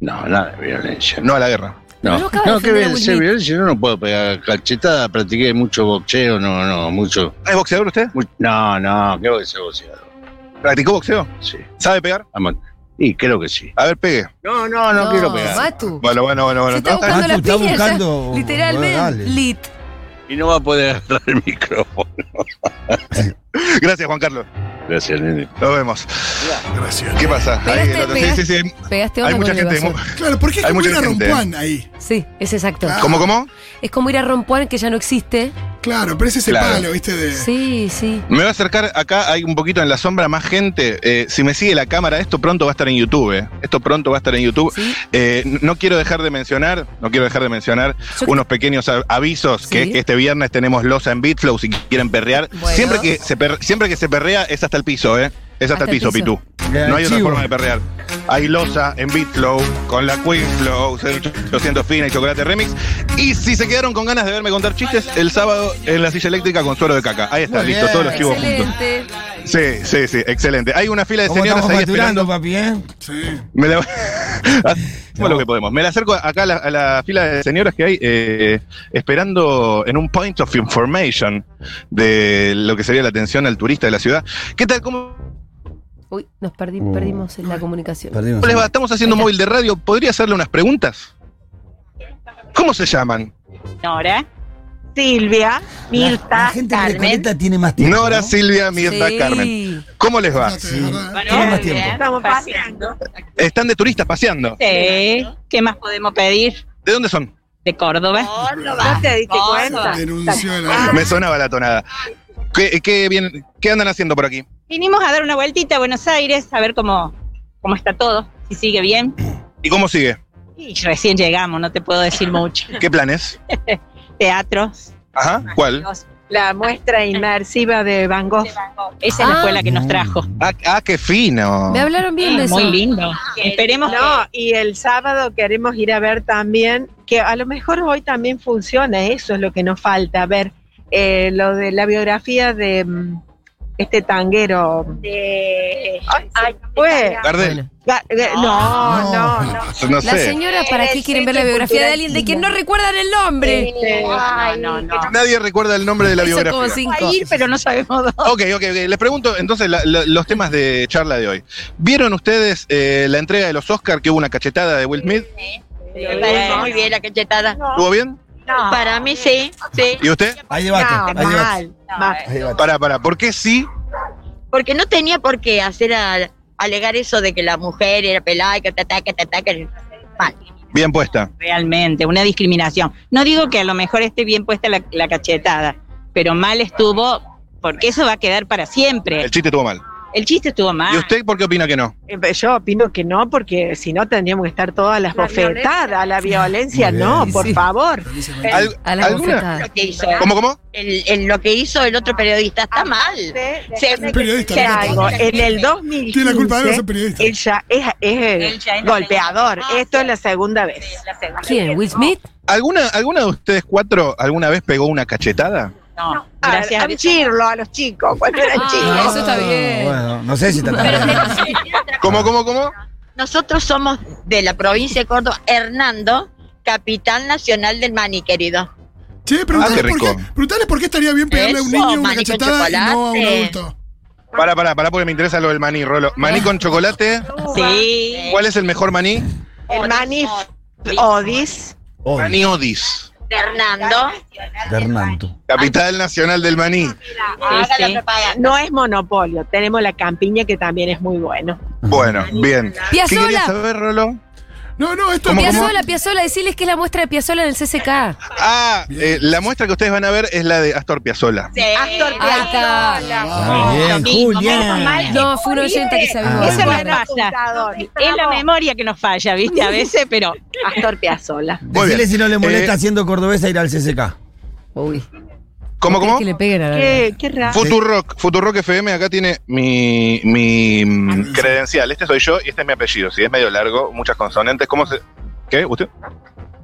I: No, nada de violencia.
H: No a la guerra.
I: No,
D: Pero acaba de
I: no que
D: defender a
I: violencia,
D: Will Smith.
I: violencia, yo no puedo pegar cachetada, practiqué mucho boxeo, no, no, mucho.
H: ¿Es boxeador usted?
I: mu- no, no, creo que sea boxeador.
H: ¿Practicó boxeo?
I: Sí,
H: ¿Sabe pegar?
I: ama- Y creo que sí.
H: A ver, pegue.
I: No, no, no, quiero pegar.
D: Matu.
H: Bueno, bueno, bueno,
D: Se
H: bueno.
D: está
H: No,
D: buscando
C: Matu
D: las
C: está
D: piñas.
C: buscando-
D: Literalmente.
C: Bueno, dale.
D: Lit.
I: Y no va a poder agarrar el micrófono.
H: *laughs* Gracias, Juan Carlos.
I: Gracias, nene.
H: Nos vemos.
B: Gracias.
H: ¿Qué pasa?
D: Pegaste,
H: el otro-
D: pegaste.
H: sí, sí, sí.
D: Pegaste
H: Hay
D: onda
H: mucha
D: con el
H: gente.
D: vasor.
H: mu-
B: Claro, porque es
H: Hay
B: como
H: mucha
B: ir a
H: gente,
B: Rompuán ahí.
D: Sí, es exacto.
H: ¿Cómo, cómo?
D: Es como ir a Rompuan que ya no existe.
B: Claro, pero es ese
H: Claro.
B: palo, ¿viste? De...
D: Sí, sí.
H: Me voy a acercar acá, hay un poquito en la sombra más gente. Eh, si me sigue la cámara, esto pronto va a estar en YouTube. eh. Esto pronto va a estar en YouTube.
D: Sí.
H: Eh, n- no quiero dejar de mencionar, no quiero dejar de mencionar
D: Yo-
H: unos pequeños a- avisos, que
D: Sí.
H: es que este viernes tenemos Losa en Beatflow si quieren perrear.
D: Bueno.
H: Siempre, que se per- siempre que se perrea es hasta el piso, ¿eh? Es hasta, el piso, Pitu. No hay otra
C: archivo.
H: forma de perrear. Hay losa en Bitlow, con la Queen Flow, 800 Fina y Chocolate Remix. Y si se quedaron con ganas de verme contar chistes, el sábado en la silla eléctrica con suero de caca. Ahí está,
C: Muy
H: listo,
C: bien.
H: todos los chivos juntos.
D: Excelente.
H: Sí, sí, sí, excelente. Hay una fila de
C: ¿Cómo
H: señoras
C: estamos
H: ahí
C: facturando,
H: esperando.
C: papi, eh?
H: Me la... *laughs* Hacemos lo que podemos. Me la acerco acá a la, a la fila de señoras que hay eh, esperando en un point of information de lo que sería la atención al turista de la ciudad. ¿Qué tal? ¿Cómo
D: Uy, nos perdi-
C: Uh.
D: perdimos la comunicación.
C: Perdimos.
H: les va? Estamos haciendo un móvil de radio. ¿Podría hacerle unas preguntas? ¿Cómo se llaman?
J: Nora, Silvia,
C: La, la
J: Mirta,
C: gente que
J: Carmen.
C: Recoleta tiene más tiempo.
H: Nora,
C: ¿no?
H: Silvia, Mirta,
D: Sí.
H: Carmen. ¿Cómo les va?
B: Fíjate, de verdad.
J: Bueno,
C: Toma más
J: muy
C: tiempo.
J: bien, estamos paseando.
H: Están de turistas paseando.
J: Sí, ¿qué más podemos pedir?
H: ¿De dónde son?
J: De Córdoba. ¿No te diste cuenta?
B: Denunció de la-
H: Ah. Me sonaba la tonada. ¿Qué, qué bien, ¿Qué andan haciendo por aquí?
J: Vinimos a dar una vueltita a Buenos Aires a ver cómo, cómo está todo, si sigue bien.
H: ¿Y cómo sigue?
J: Y recién llegamos, no te puedo decir mucho.
H: ¿Qué
J: *laughs*
H: planes?
J: Teatros.
H: Ajá, ¿cuál?
J: los-
K: La muestra inmersiva de Van Gogh.
J: Esa es la
D: Ah.
J: escuela que nos trajo.
H: Ah, ah, qué fino.
D: Me hablaron bien de eso.
J: Muy lindo. Esperemos
K: No, y el sábado queremos ir a ver también, que a lo mejor hoy también funciona, eso es lo que nos falta, a ver eh, lo de la biografía de mm, este tanguero.
J: que...
K: Eh, Ay, ay, pues.
H: Gardel,
K: Ga- ga- No, no, no.
D: La
H: no sé.
D: señora, ¿para qué quieren ver la biografía de alguien de quien no recuerdan el nombre?
J: no, no, no.
H: Nadie recuerda el nombre de la
D: Hizo como
H: biografía.
D: cinco.
J: ir, pero no sabemos dónde.
H: Ok, ok, ok. Les pregunto entonces la- la- los temas de charla de hoy. ¿Vieron ustedes eh, la entrega de los Oscar que hubo una cachetada de Will Smith?
J: Me parece muy bien la cachetada.
H: ¿Estuvo bien?
J: Para mí sí, sí.
H: ¿Y usted?
C: Hay debate,
K: No,
C: hay debate.
K: mal, mal.
C: Hay debate.
H: Pará, pará. ¿Por qué sí?
J: Porque no tenía por qué hacer a- alegar eso de que la mujer era pelada y que te ataque, te ataque. Mal.
H: Bien puesta.
J: Realmente, una discriminación. No digo que a lo mejor esté bien puesta la, la cachetada, pero mal estuvo porque eso va a quedar para siempre.
H: El chiste estuvo mal.
J: El chiste estuvo mal.
H: ¿Y usted por qué opina que no?
K: Eh, Yo opino que no, porque si no tendríamos que estar todas las bofetadas, la violencia,
C: Muy bien,
K: no,
C: y
K: por
C: sí.
K: favor.
H: Al-
D: A las
H: ¿Alguna?
D: bofetadas.
J: Lo que hizo
H: ¿Cómo, cómo?
J: el, el- lo que hizo el otro periodista
K: Ah,
J: está mal. Se-
K: Déjame
B: periodista,
K: decirte
B: no te
K: algo. En el 2015,
B: Tiene la culpa de no ser periodista.
K: él ya es, es,
J: Él ya es la
K: golpeador.
J: segunda vez.
K: Esto es la segunda vez.
D: ¿Quién? ¿Will Smith?
H: ¿Alguna, ¿Alguna de ustedes cuatro alguna vez pegó una cachetada?
J: No,
K: A,
J: gracias a
K: a
J: Dios.
K: chirlo a los chicos cuando eran
D: Ah,
K: chicos.
D: eso está bien.
C: Bueno, no sé si está tan bien.
H: ¿Cómo, cómo, cómo?
J: Nosotros somos de la provincia de Córdoba, Hernando, capital nacional del maní, querido.
B: Che,
H: Ah, qué
B: preguntale por,
H: rico.
B: qué, preguntale por qué estaría bien pegarle a un
J: Eso,
B: niño una
J: maní con
B: cachetada y no a un
J: chocolate.
B: adulto.
H: Pará, pará, pará, porque me interesa lo del maní, Rolo. ¿Maní con chocolate?
J: Sí.
H: ¿Cuál es el mejor maní?
K: El maní Odis.
C: Hoy,
H: Maní Odis,
J: Hernando.
C: Fernando.
H: capital nacional del maní.
J: Haga la propaganda.
K: No es monopolio. Tenemos la campiña que también es muy bueno.
H: Bueno, bien. ¿Qué querías
D: Piazzola.
H: saber, Rolo?
B: No, no, esto
H: ¿Cómo, cómo?
D: Piazzola, Piazzola, decirles que es la muestra de Piazzola en el CCK.
H: Ah, eh, la muestra que ustedes van a ver es la de Astor Piazzolla.
J: Sí.
K: Astor
D: Ahí está.
C: Ah, bien, Julián.
D: No, fue un oyente que sabía.
C: Ah,
J: Eso
C: bueno.
J: nos pasa. Es la memoria que nos falla, ¿viste? A veces, pero
K: Astor Piazzolla.
H: Muy
C: Decirle
H: bien.
C: si no le molesta
H: Eh,
C: siendo cordobesa ir al CCK.
D: Uy.
H: ¿Cómo,
D: ¿Querés
H: cómo?
D: Que le peguen a la
K: Qué, qué raro.
H: Futurock, Futurock FM, acá tiene mi, mi mm, credencial. Este soy yo y este es mi apellido. Si es medio largo, muchas consonantes. ¿Cómo se.? ¿Qué? ¿Usted?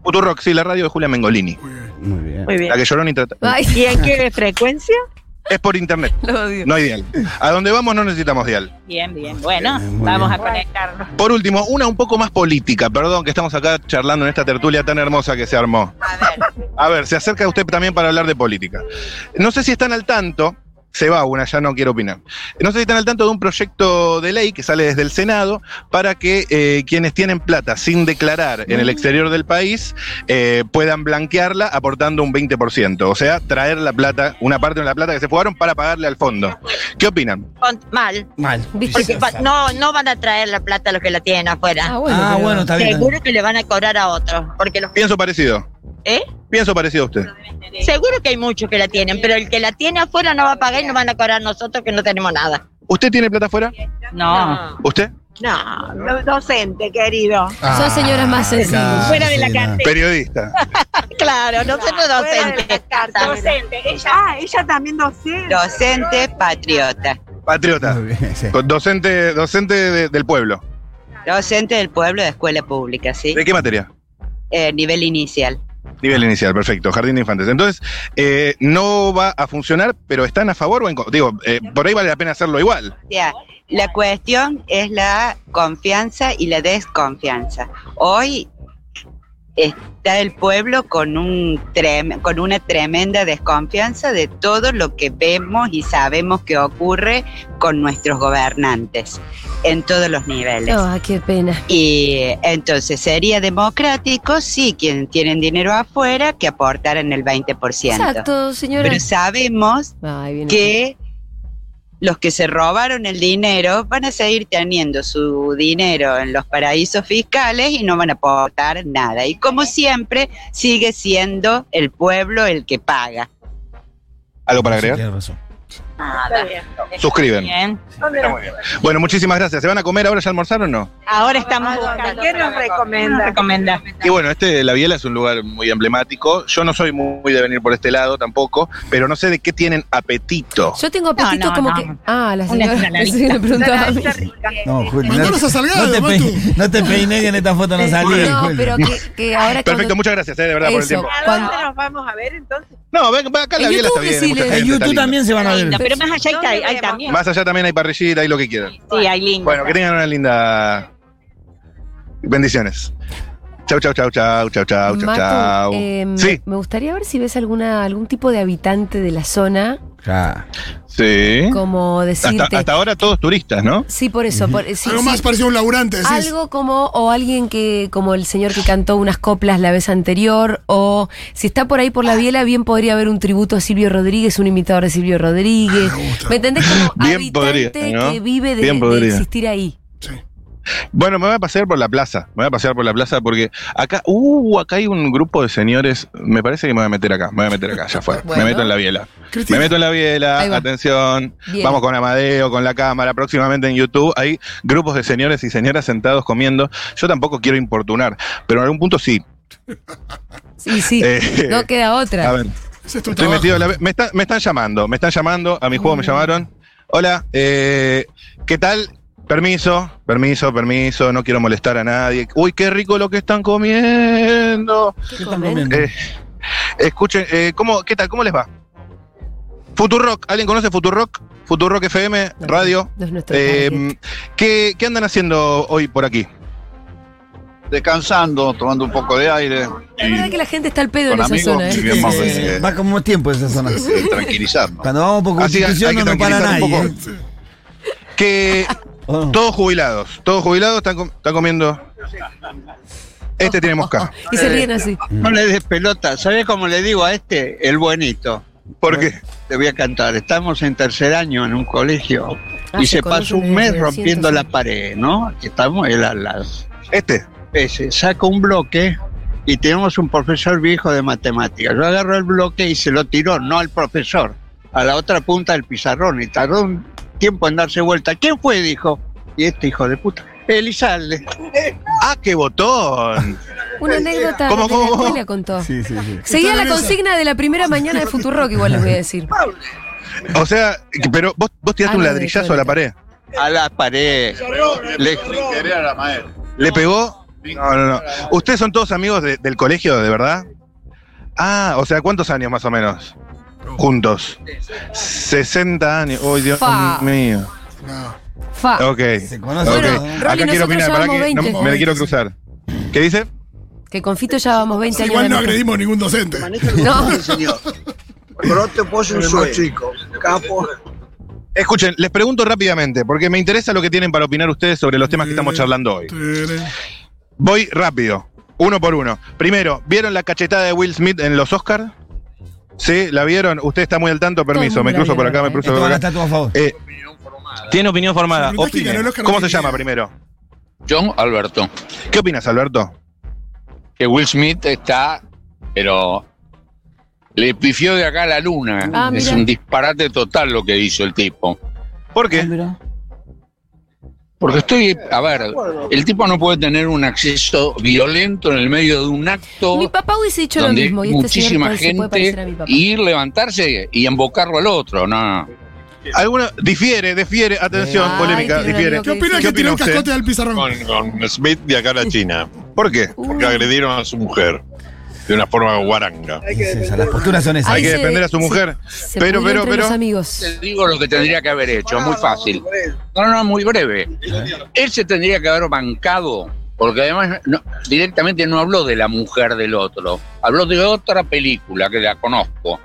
H: Futurock, sí, la radio de Julia Mengolini.
C: Muy bien.
K: Muy bien.
H: La que lloró ni trata.
D: Ay,
K: ¿Y en qué frecuencia?
H: Es por internet,
D: lo odio.
H: no hay dial. A donde vamos no necesitamos dial.
J: bien, bien. Bueno,
C: Bien, muy
J: vamos
C: bien.
J: a conectarnos.
H: Por último, una un poco más política. Perdón que estamos acá charlando en esta tertulia tan hermosa que se armó.
J: A ver,
H: A ver, se acerca usted también para hablar de política. No sé si están al tanto, se va una, ya no quiero opinar. No sé si están al tanto de un proyecto de ley que sale desde el Senado para que eh, quienes tienen plata sin declarar en el exterior del país eh, puedan blanquearla aportando un 20%. O sea, traer la plata, una parte de la plata que se fugaron para pagarle al fondo. ¿Qué opinan?
J: con- mal.
C: Mal.
J: Porque va- no, no van a traer la plata a los que la tienen afuera.
D: Ah, bueno.
C: Ah,
D: pero-
C: bueno, está bien.
J: Seguro que le van a cobrar a otros. Porque los.
H: Pienso parecido.
J: ¿Eh?
H: Pienso parecido a usted.
J: Seguro que hay muchos que la tienen, pero el que la tiene afuera no va a pagar y nos van a cobrar nosotros que no tenemos nada.
H: ¿Usted tiene plata afuera?
J: No.
H: ¿Usted?
K: No, no, docente, querido.
B: Ah,
D: Son señoras más sencillas.
J: Fuera de la
C: cárcel.
H: Periodista.
J: Claro, nosotros
K: Fuera de la
J: docentes.
K: carta.
J: Docente,
K: Ah, ella también docente.
J: Docente patriota.
H: Patriota. Con- Docente, docente de- del pueblo.
L: Docente del pueblo de escuela pública, ¿sí?
H: ¿De qué materia?
L: Eh, nivel inicial.
H: Nivel inicial, perfecto. Jardín de infantes. Entonces, eh, no va a funcionar, pero ¿están a favor o en contra? Digo, eh, por ahí vale la pena hacerlo igual.
L: O sea, la cuestión es la confianza y la desconfianza. Hoy está el pueblo con, un trem- con una tremenda desconfianza de todo lo que vemos y sabemos que ocurre con nuestros gobernantes en todos los niveles.
D: Ah, qué pena.
L: Y eh, entonces sería democrático si quienes tienen dinero afuera que aportaran el 20%.
D: Exacto, señora.
L: Pero sabemos que los que se robaron el dinero van a seguir teniendo su dinero en los paraísos fiscales y no van a aportar nada. Y como siempre, sigue siendo el pueblo el que paga.
H: ¿Algo para agregar? Suscriben.
L: Bien.
H: Bueno, muchísimas gracias. ¿Se van a comer ahora? ¿Ya almorzaron o no?
J: Ahora estamos buscando. ¿Qué nos recomienda? recomienda?
H: Y bueno, este La Biela es un lugar muy emblemático. Yo no soy muy de venir por este lado tampoco, pero no sé de qué tienen apetito.
D: Yo tengo apetito
J: No, no,
D: como
J: no.
D: que. Ah, la *laughs*
J: Una
D: señora. La
J: ensaladita.
D: señora me preguntaba a mí. Eh,
C: No, Juli,
B: Mandanos a Salgado,
C: no te,
B: Matu.
C: pein- no
H: *laughs*
C: te peiné que en esta foto no salí.
D: No,
C: Juli.
D: pero que, que ahora.
H: Perfecto, muchas gracias eh, de verdad por el
D: Eso,
H: tiempo.
D: cuando-
K: nos vamos a ver entonces?
H: No, ven, ven acá,
K: En
H: La Biela está
K: YouTube
H: bien. hay
K: decile.
H: mucha gente,
K: En
H: está
K: YouTube
H: lindo.
C: también se van a ver.
J: Pero más allá hay, hay- hay también.
H: Más allá también hay parrillita y lo que quieran.
J: Sí, hay lindo.
H: Bueno, que tengan una linda. Bendiciones. Chau, chau, chau, chau, chau, chau, chau,
D: Matu,
H: chau.
D: eh, me-
H: Sí.
D: Me gustaría ver si ves alguna algún tipo de habitante de la zona,
H: Sí.
D: como decirte.
H: Hasta, hasta ahora todos turistas, ¿no?
D: Sí, por eso. por- Eh, sí,
B: Algo
D: sí.
B: más parecido a un laburante, decís.
D: Algo como, o alguien que, como el señor que cantó unas coplas la vez anterior, o si está por ahí por la biela, bien podría haber un tributo a Silvio Rodríguez, un imitador de Silvio Rodríguez.
B: Ah,
D: ¿Me entendés?
B: *laughs*
D: Como *laughs*
H: Bien
D: habitante
H: podría, ¿no?
D: que vive de,
H: Bien
D: de
H: podría.
D: existir ahí.
H: Bueno, me voy a pasear por la plaza. Me voy a pasear por la plaza porque acá, uh, acá hay un grupo de señores. Me parece que me voy a meter acá. Me voy a meter acá, ya fue.
D: Bueno.
H: Me meto en la biela.
B: Cristina.
H: Me meto en la
D: Ahí
H: biela.
D: va.
H: Atención.
D: Bien.
H: Vamos con Amadeo, con la cámara. Próximamente en YouTube hay grupos de señores y señoras sentados comiendo. Yo tampoco quiero importunar, pero en algún punto sí.
D: *laughs* Sí, sí.
H: Eh,
D: no queda otra.
H: A ver.
B: Ese es tu
H: Estoy
B: trabajo.
H: metido en la- me, está- me están llamando, me están llamando, a mi juego me
D: Mm.
H: llamaron. Hola, eh, ¿qué tal? Permiso, permiso, permiso, no quiero molestar a nadie. Uy, qué rico lo que están comiendo.
D: ¿Qué comen?
H: Eh, escuchen, eh, ¿cómo, ¿qué tal? ¿Cómo les va? Futurock, ¿alguien conoce Futurock? Futurock FM, radio.
D: No es nuestro
H: Eh,
D: target.
H: ¿qué, ¿Qué andan haciendo hoy por aquí?
I: Descansando, tomando un poco de aire.
D: La verdad que la gente está al pedo en
I: con
D: esa
I: amigos,
D: zona,
I: sí,
D: ¿eh?
I: bien, vamos,
C: Eh,
I: eh,
C: va como tiempo esa zona.
I: eh, tranquilizarnos.
C: Cuando vamos por
H: Así hay-
C: constitución
H: hay que
C: no nos para
H: tranquilizar un
C: nadie. ¿eh?
H: poco.
C: *laughs*
H: que
C: Oh.
H: todos jubilados, todos jubilados están, com- están comiendo. Este tiene mosca.
D: Y se ríen así.
I: No le des pelota. ¿Sabés cómo le digo a este? El buenito.
H: ¿Por qué?
I: Te voy a cantar. Estamos en tercer año en un colegio
D: Ah,
I: y
D: se
I: se pasó
D: conocen
I: un mes
D: desde
I: rompiendo
D: 100,
I: la pared, ¿no? Aquí Estamos él al lado.
H: Este.
I: Ese saca un bloque y tenemos un profesor viejo de matemáticas. Yo agarro el bloque y se lo tiró, no al profesor, a la otra punta del pizarrón y tardó un tiempo en darse vuelta. ¿Quién fue? Dijo. Y este hijo de puta. Elizalde.
H: ¡Ah, qué botón!
D: Una anécdota
H: ¿Cómo,
D: de
H: cómo,
D: la
H: cómo?
D: escuela contó.
C: Sí, sí, sí.
D: Seguía
B: Estoy
D: la
B: nerviosa.
D: consigna de la primera mañana de Futurock, igual les voy a decir.
H: O sea, que- pero vos, vos tiraste un
D: Algo de
H: ladrillazo a la pared.
I: A la pared. Le-
H: ¿Le pegó? No, no, no. ¿Ustedes son todos amigos de- del colegio, de verdad? Ah, o sea, ¿cuántos años más o menos? Juntos. 60 años. ¡Uy, Dios
D: Fa.
H: mío!
B: No.
D: Fa.
H: Ok.
C: Se conoce.
H: Ok.
D: Bueno, Rolly,
H: Acá quiero
D: nosotros
H: opinar, para
D: llevamos
H: que no
D: 20.
H: me la quiero cruzar. ¿Qué dice?
D: Que con Fito ya vamos 20 años.
B: Igual no
D: de amistad.
B: agredimos a ningún docente.
D: *laughs* No.
I: señor. Brote pollo un suelo. chico. Capo.
H: Escuchen, les pregunto rápidamente, porque me interesa lo que tienen para opinar ustedes sobre los temas que
B: Mm.
H: estamos charlando hoy. Voy rápido, uno por uno. Primero, ¿vieron la cachetada de Will Smith en los Oscars? Sí, la vieron. Usted está muy al tanto, permiso.
D: el mundo
H: Me
D: la
H: cruzo
D: vio, ¿eh?
H: por
D: la
H: acá, me
D: verdad.
H: cruzo
C: Esto
H: por
C: van a
H: acá.
C: estar a tu favor.
H: Eh, tiene opinión formada.
B: Preguntás quién
H: Opine.
B: ganó el Oscar
H: ¿Cómo
B: de
H: se llama
B: Miguel.
H: primero?
M: John Alberto,
H: ¿Qué opinas, Alberto?
M: que Will Smith está, pero le pifió de acá a la luna.
D: Ah,
M: es
D: mira.
M: un disparate total lo que hizo el tipo.
H: ¿Por qué?
M: Porque
D: eh,
M: estoy, a ver, el tipo no puede tener un acceso violento en el medio de un
D: *laughs*
M: acto
D: Mi papá hubiese dicho lo
M: donde
D: mismo. Y este
M: muchísima
D: señor puede- se puede parecer a mi
M: gente
D: papá.
M: y ir levantarse y embocarlo al otro, no.
H: Alguna, difiere, difiere, atención,
B: Ay,
H: polémica,
B: tiene
H: difiere.
B: algo que ¿Qué opina que tiró el cascote al pizarrón?
M: Con, con Smith de acá a la China. ¿Por qué? Porque agredieron a su mujer de una forma guaranga.
C: Las posturas son esas.
M: Hay que defender a su mujer. pero, pero, pero.
D: amigos.
M: Te digo lo que tendría que haber hecho, muy fácil. No, no, muy breve. Él se tendría que haber bancado, porque además no- directamente no habló de la mujer del otro, habló de otra película que la conozco.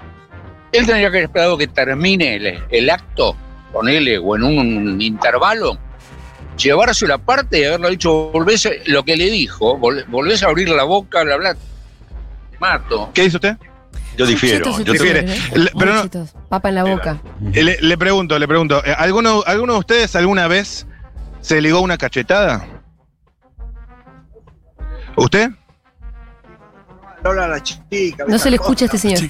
M: Él tendría que haber esperado que termine el, el acto, ponele, o en un intervalo, llevarse la parte y haberlo dicho, volvés, a- lo que le dijo, vol- volvés a abrir la boca, bla, bla, te mato.
H: ¿Qué dice usted?
M: Yo difiero,
D: Chetos,
H: yo
D: chetos,
H: difiere.
D: ¿eh?
H: Le- pero no-
D: Chetos. Papa en la boca.
H: Eh, Le, le pregunto, le pregunto, eh, ¿alguno, ¿alguno de ustedes alguna vez se ligó una cachetada? ¿Usted?
I: Lola la chica.
D: No se le escucha a este señor.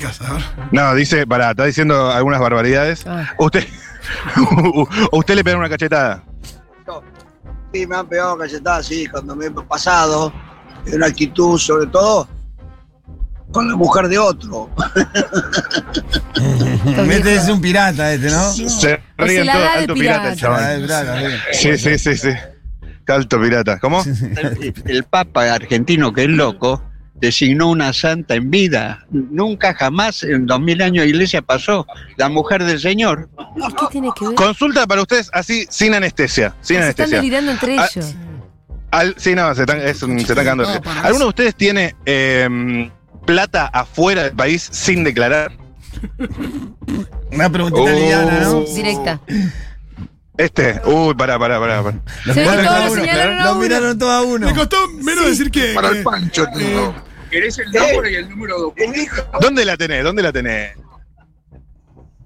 H: No, dice, pará, está diciendo algunas barbaridades.
D: Ah.
H: ¿Usted, *laughs* ¿O usted le pegó una cachetada?
I: Sí, me han pegado cachetadas, sí, cuando me he pasado, en una actitud, sobre todo, con la mujer de otro.
C: Este es un pirata este, ¿no?
H: Se ríen todos, alto pirata, el
C: Ah, es
H: chaval.
C: bravo, bien.
H: Sí, sí, sí, sí. Alto pirata. ¿Cómo?
I: El, el Papa argentino, que es loco, designó una santa en vida. Nunca jamás en dos mil años de iglesia pasó la mujer del Señor.
D: ¿Qué tiene que ver?
H: Consulta para ustedes así, sin anestesia. Sin
D: Se están
H: anestesia.
D: delirando entre
H: Ah,
D: ellos.
H: Al- sí, no, se están, es un- se están cagando.
D: No, para
H: ¿Alguno de ustedes tiene eh, plata afuera del país sin declarar?
C: Una preguntita
H: Oh.
C: liviana, ¿no?
D: Directa.
H: Este, uy, pará, pará, pará. pará.
C: Los
D: Se ve que
C: miraron
D: todos
C: a
D: lo
C: uno,
D: señalaron a
C: los
D: uno.
C: miraron todos a uno.
B: Me costó menos decir que.
M: Para el
B: que-
M: pancho,
B: eh,
M: ¿Querés el número y el número de
H: ¿Dónde la tenés? ¿Dónde la tenés?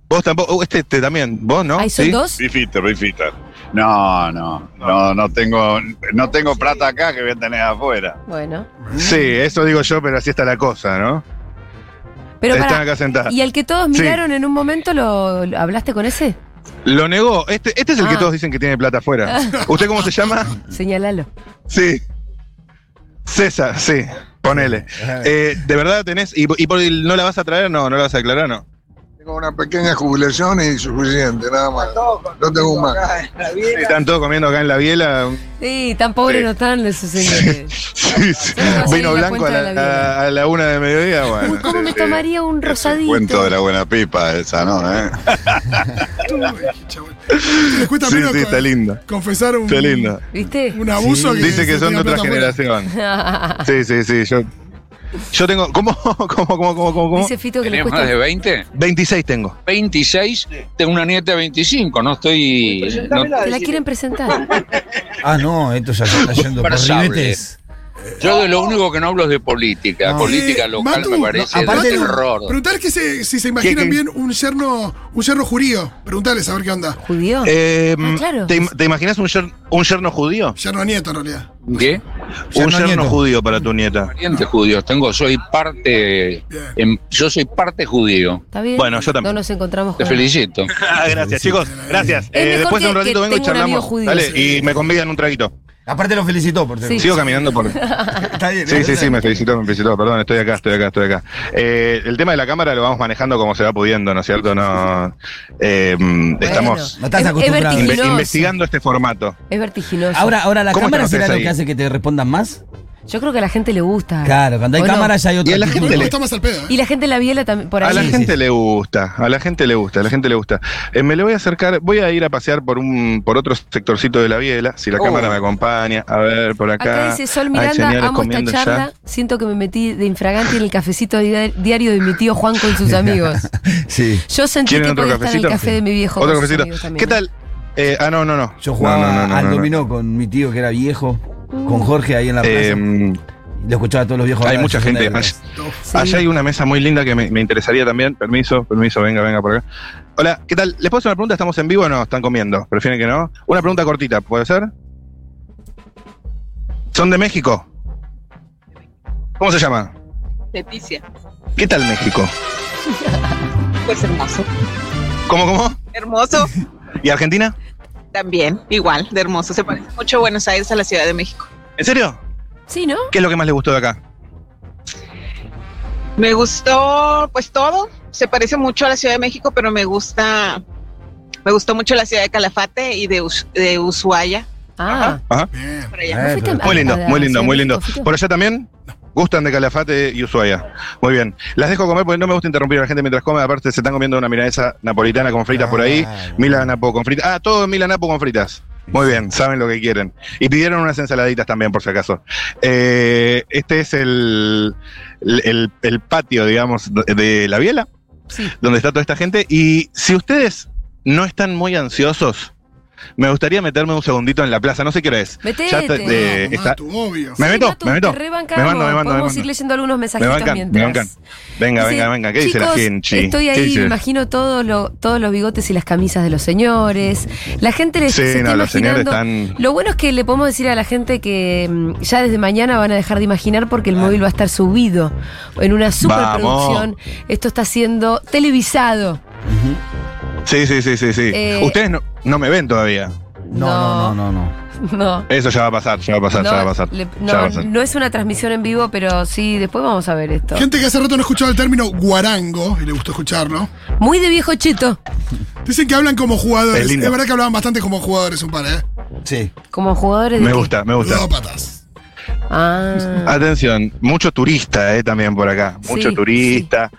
H: Vos tampoco, uh, este, este también, vos, ¿no?
D: Ay, ¿son dos?
N: Bifita, bifita. No, no, no, no tengo, no tengo plata acá que voy a tener afuera.
D: Bueno.
H: Sí, eso digo yo, pero así está la cosa, ¿no?
D: Pero
H: Están
D: pará,
H: acá sentadas.
D: Y al que todos
H: Sí.
D: miraron en un momento, ¿lo, lo- hablaste con ese?
H: Lo negó. Este, este es el que
D: Ah.
H: todos dicen que tiene
D: *laughs*
H: plata afuera. ¿Usted cómo se llama?
D: Señalalo.
H: Sí. César, sí. Ponele. Eh, ¿De verdad tenés? ¿Y, y por, y no la vas a traer? No, no la vas a declarar, no.
N: Tengo una pequeña jubilación y suficiente, nada más. No tengo un mango.
H: Están todos comiendo acá en la biela.
D: Sí, tan pobre no están esos señores.
H: Sí, sí.
D: vas a ir a
H: Vino
D: la
H: blanco a
D: cuenta
H: la,
D: de la biela.
H: a, la una de mediodía, *laughs* bueno.
D: ¿Cómo me tomaría un rosadito?
N: Cuento de la buena pipa esa, ¿no? Eh?
B: Les cuesta
H: Sí,
B: menos
H: sí,
B: con-
H: está linda.
B: confesar un,
H: Está linda.
D: ¿Viste?
B: un abuso.
H: Sí. Dice que
B: se
H: son de
B: tira
H: otra
B: plata afuera.
H: generación.
D: *laughs*
H: Sí, sí, sí. Yo, yo tengo. ¿Cómo? *laughs* ¿Cómo? ¿Cómo? ¿Cómo? ¿Cómo?
D: Dice Fito que le
M: ¿Tenés
D: cuesta.
M: más de 20?
H: 26 tengo.
M: 26, tengo una nieta de 25, no estoy... no-
D: Te la quieren presentar.
C: Ah, no, esto ya se está yendo por
M: Impasable.
C: ribetes.
M: yo de lo único que no hablo es de política,
C: No.
M: política
B: Eh,
M: local
B: Matu,
M: me parece
B: no, aparte-
M: de terror.
B: Preguntar que se, si se imaginan
H: ¿Qué, qué?
B: bien un yerno, un yerno judío. Preguntarles a ver qué onda.
D: ¿Judío?
H: Eh,
D: Ah, claro.
H: ¿te, im- te imaginas un, yer- un yerno judío?
B: Yerno nieto, en realidad.
M: ¿Qué?
H: Un
C: Yerno
H: yerno
C: nieto.
H: judío para tu nieta.
M: Parientes judíos, tengo, soy parte, em, yo soy parte judío.
D: ¿Está bien?
H: Bueno, yo también.
D: No nos encontramos
M: Te
D: con
M: felicito.
H: Ah, gracias, chicos. Gracias.
D: Es mejor
H: Eh, después de un
D: que-
H: ratito
D: que
H: vengo y
D: tengo un amigo
H: charlamos.
D: judío,
H: Dale,
D: sí.
H: y me convidan un traguito.
C: Aparte lo felicitó por
D: Sí.
H: Sigo
D: *laughs*
H: caminando por.
C: Está bien. ¿eh?
H: Sí, sí, sí, me felicitó, me felicitó. Perdón, estoy acá, estoy acá, estoy acá. Eh, el tema de la cámara lo vamos manejando como se va pudiendo, ¿no es cierto? No, eh, estamos
C: No estás
D: Es- es
C: acostumbrado.
H: inve-
D: vertiginoso.
H: investigando este formato.
D: Es vertiginoso.
C: Ahora, ahora la
H: ¿Cómo
C: cámara
H: te
C: será
H: conoces
C: lo
H: ahí?
C: que hace que te respondan más.
D: Yo creo que a la gente le gusta.
C: Claro, cuando hay
D: ¿O no?
C: cámara ya hay otra.
H: Y a la
C: actitud.
H: gente
B: No,
H: le-
B: está más al pedo. ¿eh?
D: Y la gente la biela también por
H: A la
D: ahí.
H: gente le gusta, a la gente le gusta, a la gente le gusta. Eh, me le voy a acercar, voy a ir a pasear por un por otro sectorcito de la biela, si la
M: Oh.
H: cámara me acompaña. A ver, por acá.
D: Acá dice Sol
H: Hay
D: Miranda,
H: señores
D: amo esta
H: comiendo
D: charla. Siento que me metí de infragante en el cafecito di- diario de mi tío Juan con
C: *laughs*
D: sus amigos.
C: Sí.
D: Yo sentí que
H: ¿Quieren otro
D: podía estar en el
H: cafecito?
D: café de mi viejo.
H: Otro
D: con sus
H: cafecito.
D: amigos también.
H: ¿Qué tal? Eh, ah, no, no, no.
C: Yo jugaba
H: No, no, no, no,
C: al
H: no.
C: dominó con mi tío que era viejo, con Jorge ahí en la
H: Eh,
C: plaza. Lo escuchaba a todos los viejos.
H: hay
C: hablar de
H: mucha
C: la
H: gente.
C: segunda
H: Allá,
C: guerra.
D: Sí.
H: allá hay una mesa muy linda que me, me interesaría también. Permiso, permiso, venga, venga por acá. Hola, ¿qué tal? ¿Les puedo hacer una pregunta? ¿Estamos en vivo o no? ¿Están comiendo? ¿Prefieren que no? Una pregunta cortita, ¿puede ser? ¿Son de México? ¿Cómo se llama?
O: Leticia, *laughs*
H: ¿Qué tal México?
O: pues hermoso.
H: ¿Cómo, cómo? *laughs*
O: Hermoso
H: ¿Y Argentina?
O: también, igual, de hermoso. Se parece mucho Buenos Aires a la Ciudad de México.
H: ¿En serio?
D: Sí, ¿no?
H: ¿Qué es lo que más les gustó de acá?
O: Me gustó, pues todo. Se parece mucho a la Ciudad de México, pero me gusta Me gustó mucho la ciudad de Calafate y de, Us- de Ushuaia.
D: Ah,
H: Ajá.
O: por allá.
H: Muy lindo, muy lindo, muy lindo. ¿Por allá también? Gustan de Calafate y Ushuaia. Muy bien. Las dejo comer porque no me gusta interrumpir a la gente mientras come. Aparte, se están comiendo una milanesa napolitana con fritas por ahí. Milanapo con fritas. Ah, todo Milanapo con fritas. Muy bien, saben lo que quieren. Y pidieron unas ensaladitas también, por si acaso. Eh, este es el, el- el patio, digamos, de la biela, donde está toda esta gente. Y si ustedes no están muy ansiosos, me gustaría meterme un segundito en la plaza. No sé qué hora es.
D: Metete.
H: Ya te- de-
D: Ah,
B: Vamos,
H: está-
B: Matu, obvio.
H: me
D: Sí,
H: meto,
D: Matu,
H: me meto.
D: te
H: Me
D: rebancamos.
H: mando, me mando, me
D: Podemos
H: mando.
D: ir leyendo algunos
H: Me
D: mensajitos
H: bancan, me
D: mientras.
H: bancan. Venga,
D: Dice,
H: venga, venga. ¿Qué dice la
D: "Chicos,
H: gente?
D: Estoy
H: ¿Qué
D: ahí,
H: dice?
D: me imagino todos lo- todos los bigotes y las camisas de los señores. La gente les
H: Sí,
D: se está
H: no, los señores
D: imaginando-
H: están-
D: Lo bueno es que le podemos decir a la gente que mm, ya desde mañana van a dejar de imaginar porque
H: Ah.
D: el móvil va a estar subido en una superproducción. Esto está siendo televisado. *laughs*
H: Sí, sí, sí, sí, sí.
D: Eh,
H: Ustedes no, no me ven todavía.
D: No,
C: no, no.
D: No.
H: Eso ya va a pasar, ya va a pasar,
D: no,
H: ya va a pasar.
D: le-
H: ya va
D: no,
H: a pasar.
D: no es una transmisión en vivo, pero sí, después vamos a ver esto.
B: Gente que hace rato no escuchaba el término guarango y le gustó escucharlo.
D: Muy de viejo cheto.
B: Dicen que hablan como jugadores.
H: Es
B: Es,
H: lindo.
B: verdad que hablaban bastante como jugadores un par, ¿eh?
C: Sí.
D: Como jugadores de.
H: Me gusta, me gusta.
B: Ludópatas.
H: *laughs*
D: Ah.
H: Atención, mucho turista eh, también por acá. Mucho
D: Sí,
H: turista.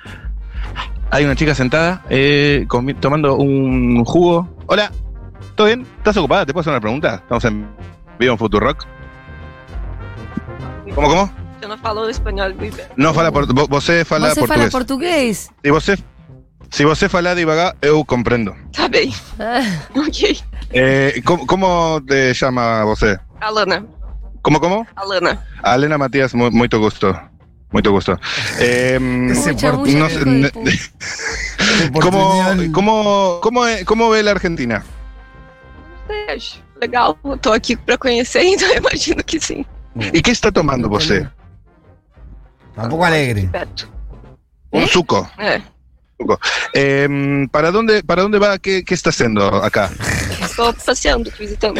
H: Hay una chica sentada eh, comi- tomando un jugo. Hola, ¿todo bien? ¿Estás ocupada? ¿Te puedo hacer una pregunta? Estamos en vivo en Futurock. ¿Cómo, cómo?
P: Yo no falo espanhol muy bien.
H: No, fala por, vo- vosé fala
D: ¿Vos se fala portugués?
H: portugués. Si vosé, si vosé fala devagar, eu comprendo.
P: Tá bem.
D: Ah.
P: *laughs* Ok.
H: Eh, ¿cómo, cómo te llama vosé?
P: Alana.
H: ¿Cómo, cómo?
P: Alana.
H: Alena Matías, muy, mucho gusto. Mucho
C: *laughs*
H: gusto. Eh,
P: Ese
H: no
P: portugués.
H: sé- ne- *laughs* ¿Cómo, cómo, cómo, es- cómo ve la Argentina?
P: É, acho legal. Eu tô aqui pra conhecer, *laughs* então eu imagino que sim.
H: ¿Y qué está tomando vosé?
C: Tampoco alegre.
P: Beto.
D: ¿Eh?
H: Un suco.
P: É.
H: suco. Eh, ¿para, dónde, ¿Para dónde va? ¿Qué, qué está haciendo
C: *laughs*
H: acá?
P: Tô passeando, visitando.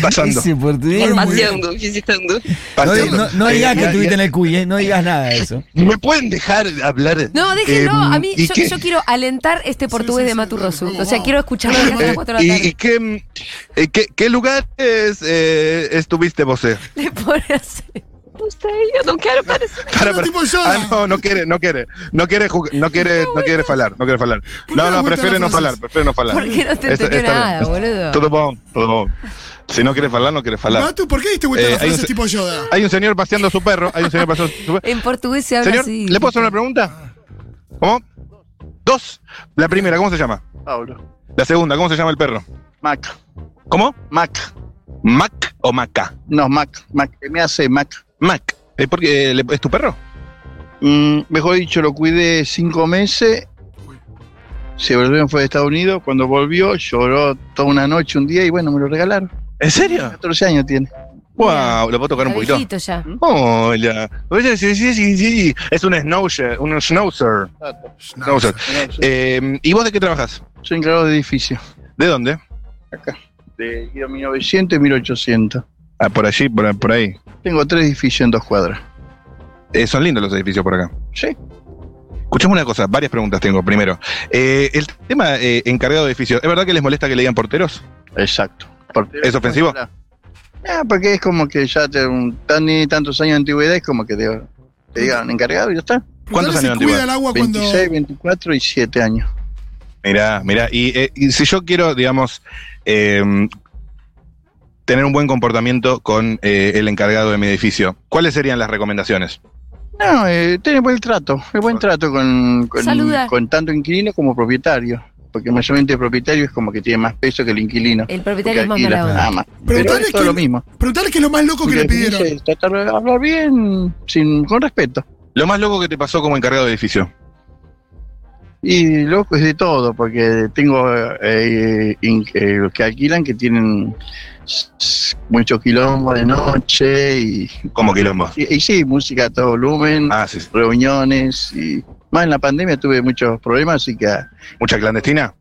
H: Pasando.
C: Ese portugués es muy-
P: passeando, visitando.
C: No,
H: Paseando.
C: no- no
H: Eh,
C: digas que
H: ya-
C: estuviste
H: ya-
C: en el cuy, ¿eh? no digas nada de eso.
H: ¿Me pueden dejar hablar?
D: No, déjenlo.
H: Eh,
D: a mí,
H: ¿y
D: yo,
H: qué-
D: yo quiero alentar este portugués de Maturrosu. o sea, quiero escucharlo de acá hasta
H: eh,
D: las 4 de
H: ¿Y,
D: la tarde.
H: y qué, mm, eh, qué, qué lugares eh, estuviste vosé?
D: Le pone así.
P: Não sei, eu não quero parecer.
H: *laughs* Para, para. Ah, no, no quiere, no quiere, no quiere, jug- no quiere, no quiere falar, no quiere falar. No, no, prefiere no falar, prefiere no falar.
D: ¿Por qué no te
H: Está-
D: entendió
H: está
D: nada,
H: bien.
D: boludo?
H: Todo bon, todo bon. Si no quiere falar, no quiere falar.
B: Matu, ¿por qué diste vuelta
H: Eh,
B: a las
H: hay un
B: frases
H: se-
B: tipo Yoda?
H: Hay un señor paseando a su perro, hay un señor paseando a su perro.
D: En portugués se habla
H: Señor,
D: así.
H: ¿le puedo hacer una pregunta? ¿Cómo? Dos. La primera, ¿cómo se llama?
I: Pablo.
H: La segunda, ¿cómo se llama el perro?
I: Mac.
H: ¿Cómo?
I: Mac.
H: ¿Mac o Maca?
I: No, Mac. Mac. ¿Qué me hace Mac?
H: Mac. ¿Es, porque, eh, le- ¿Es tu perro?
I: Mm, mejor dicho, lo cuidé cinco meses. Se volvieron fue de Estados Unidos. Cuando volvió, lloró toda una noche, un día, y bueno, me lo regalaron.
H: ¿En serio?
I: 14 años tiene.
H: Wow, Ah, lo puedo tocar un
D: Está
H: poquito.
D: viejito ya.
I: ¿Mm?
H: Hola. Oye, sí, sí, sí, sí. Es un schnauzer. Un schnauzer. Schnauzer. Eh, ¿Y vos de qué trabajas?
I: Soy encargado de edificio.
H: ¿De dónde?
I: De guido 1900 y 1800.
H: Ah, por allí, por, por ahí.
I: Tengo tres edificios en dos cuadras.
H: Eh, son lindos los edificios por acá.
I: Sí.
H: Escuchame una cosa, varias preguntas tengo. Primero, eh, el tema eh, encargado de edificios, ¿es verdad que les molesta que le digan porteros?
I: Exacto.
H: ¿Es ofensivo?
I: Ah, porque es como que ya te, un, tan y tantos años de antigüedad es como que te, te digan encargado y ya está.
H: ¿Cuántos años de
B: cuida
H: antigüedad?
B: el agua cuando-
I: 26, 24 y 7 años.
H: Mirá, mirá. Y, eh, y si yo quiero, digamos, eh, tener un buen comportamiento con eh, el encargado de mi edificio, ¿cuáles serían las recomendaciones?
I: No, eh, tiene buen trato, es buen trato con,
D: Saluda.
I: con, con tanto inquilino como propietario. Porque mayormente el propietario es como que tiene más peso que el inquilino.
D: El propietario es más
I: Porque
D: mala
I: alquila,
D: onda.
I: nada más. Pero
B: Preguntale
I: es todo
B: que-
I: lo mismo.
B: Preguntarle qué es lo más loco que le
I: Porque
B: pidieron.
I: dice, Tratar de hablar bien, sin, con respeto.
H: Lo más loco que te pasó como encargado de edificio.
I: Y loco es de todo, porque tengo eh, in- eh, los que alquilan que tienen s- s- mucho quilombo de noche y,
H: Como quilombo. Ah,
I: y, y sí, música a todo volumen, reuniones y más en la pandemia tuve muchos problemas, así que a-
H: ¿Mucha clandestina?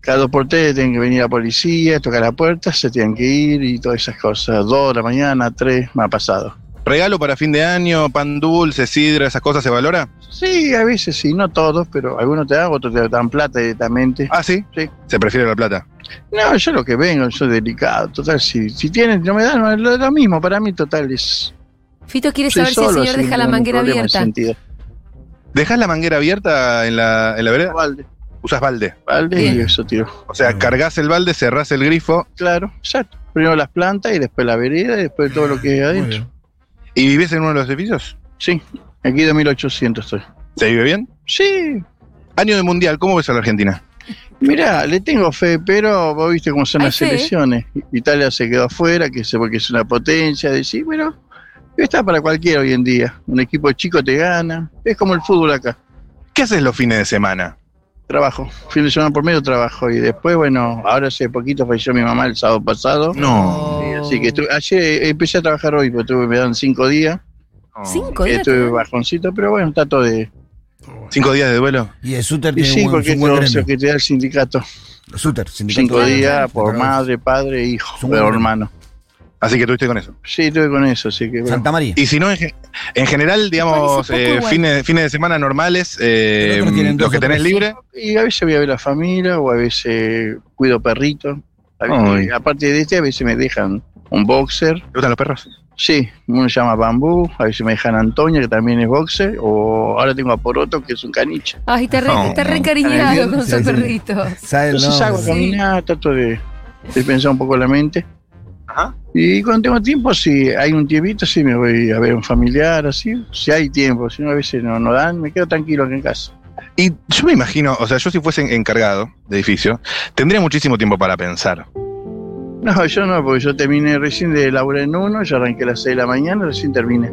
I: cada dos por tres tienen que venir la policía, tocar la puerta, se tienen que ir y todas esas cosas, dos de la mañana, tres, me ha pasado.
H: regalo para fin de año, pan dulce, sidra, esas cosas, ¿se valora?
I: Sí, a veces sí, no todos, pero algunos te dan, otros te dan plata directamente.
H: Ah, sí.
I: Sí.
H: ¿Se prefiere la plata?
I: No, yo lo que vengo, soy delicado. Total, si, si tienen, no me dan, no, es lo, lo mismo. Para mí, total, es.
D: Fito quiere
I: soy
D: saber si el
I: solo,
D: señor
I: así,
D: deja
I: no
D: la
I: hay
D: manguera
I: problema en ese
D: abierta.
I: sentido.
H: ¿Dejas la manguera abierta en la, en la vereda?
I: Balde.
H: Usas balde.
I: Balde y eso tiro.
H: O sea, cargas el balde, cerrás el grifo
I: Claro, exacto. Primero las plantas y después la vereda y después todo lo que es adentro.
H: y vivís en uno de los edificios.
I: Sí, aquí de 1800 estoy.
H: ¿Se vive bien?
I: Sí.
H: Año de mundial, ¿cómo ves a la Argentina?
I: Mirá, le tengo fe, pero vos viste cómo son
H: Hay
I: las
H: fe, ¿eh?
I: elecciones. Italia se quedó afuera, que se porque es una potencia, decís, bueno, está para cualquiera hoy en día. Un equipo chico te gana. Es como el fútbol acá.
H: ¿Qué haces los fines de semana?
I: Trabajo. Fin de semana por medio trabajo. Y después, bueno, ahora hace poquito falleció mi mamá el sábado pasado.
H: No.
I: Y así que estuve- ayer eh, empecé a trabajar hoy, porque tuve, me dan cinco días.
H: Oh.
D: Cinco
I: Eh,
D: días.
I: Estuve bajoncito, pero bueno, trato de.
H: ¿Cinco días de duelo?
C: Y el Suter
I: Y
C: tiene
I: sí,
C: un buen,
I: porque
C: es
I: es
C: un buen
I: lo
C: gremio.
I: que te da el sindicato.
C: Suter, sindicato.
I: Cinco
C: de-
I: días por
C: Sindicato.
I: madre, padre, hijo,
C: un buen
I: pero
C: gremio.
I: hermano.
H: Así que estuviste con eso.
I: Sí, estuve con eso, así que. bueno.
C: Santa María.
H: Y si no, en, ge- en general, digamos,
I: parece poco
H: eh,
I: igual.
H: fines, fines de semana normales, eh, los que tenés libre.
I: Y a veces voy a ver a la familia o a veces cuido perrito. A veces-
H: Ay.
I: aparte de este, a veces me dejan un boxer. ¿Te
H: gustan los perros?
I: Sí, uno se llama Bambú, a veces me dejan Antonia, que también es boxer, o ahora tengo a Poroto, que es un caniche.
D: Ay, te re,
I: No.
D: te re encariñado con
I: Sí,
D: su
I: sí.
D: perrito.
I: Entonces hago caminar, trato de, de pensar un poco la mente. Y cuando tengo tiempo, si hay un tiempito, sí me voy a ver a un familiar, así. Si hay tiempo, si no, a veces no, no dan, me quedo tranquilo aquí en casa.
H: Y yo me imagino, o sea, yo si fuese en- encargado de edificio, tendría muchísimo tiempo para pensar.
I: No, yo no, porque yo terminé recién de laburar en uno, yo arranqué a las 6 de la mañana, recién terminé.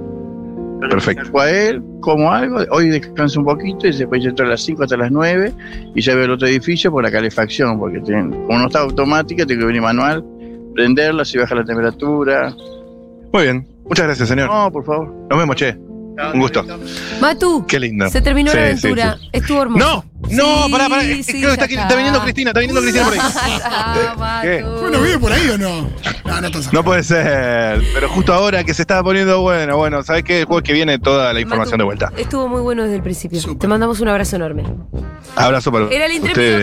H: Perfecto.
I: Saco a él, como algo, hoy descanso un poquito y después yo entro a las 5 hasta las 9 y ya veo el otro edificio por la calefacción, porque ten- como no está automática, tengo que venir manual, prenderla si baja la temperatura.
H: Muy bien, muchas gracias, señor.
I: No, por favor.
H: Nos vemos, che. Un gusto.
D: Matu,
H: Qué lindo.
D: Uh, se terminó la
H: Sí, sí,
D: aventura.
H: sí.
D: Estuvo hermoso.
H: No, no, pará, pará, eh, creo que
D: ya
H: está aquí- está viniendo Cristina,
D: *laughs*
H: está viniendo Cristina por ahí.
D: Ah, Matu.
H: ¿Qué?
B: Bueno, ¿vive por ahí o no? No, no tan cerca.
H: No puede ser, pero justo ahora que se estaba poniendo bueno, bueno, ¿sabes qué? El jueves que viene toda la información de vuelta.
D: Estuvo muy bueno desde el principio. Te mandamos un abrazo enorme.
H: Abrazo para
D: Era el intrépido
H: ustedes.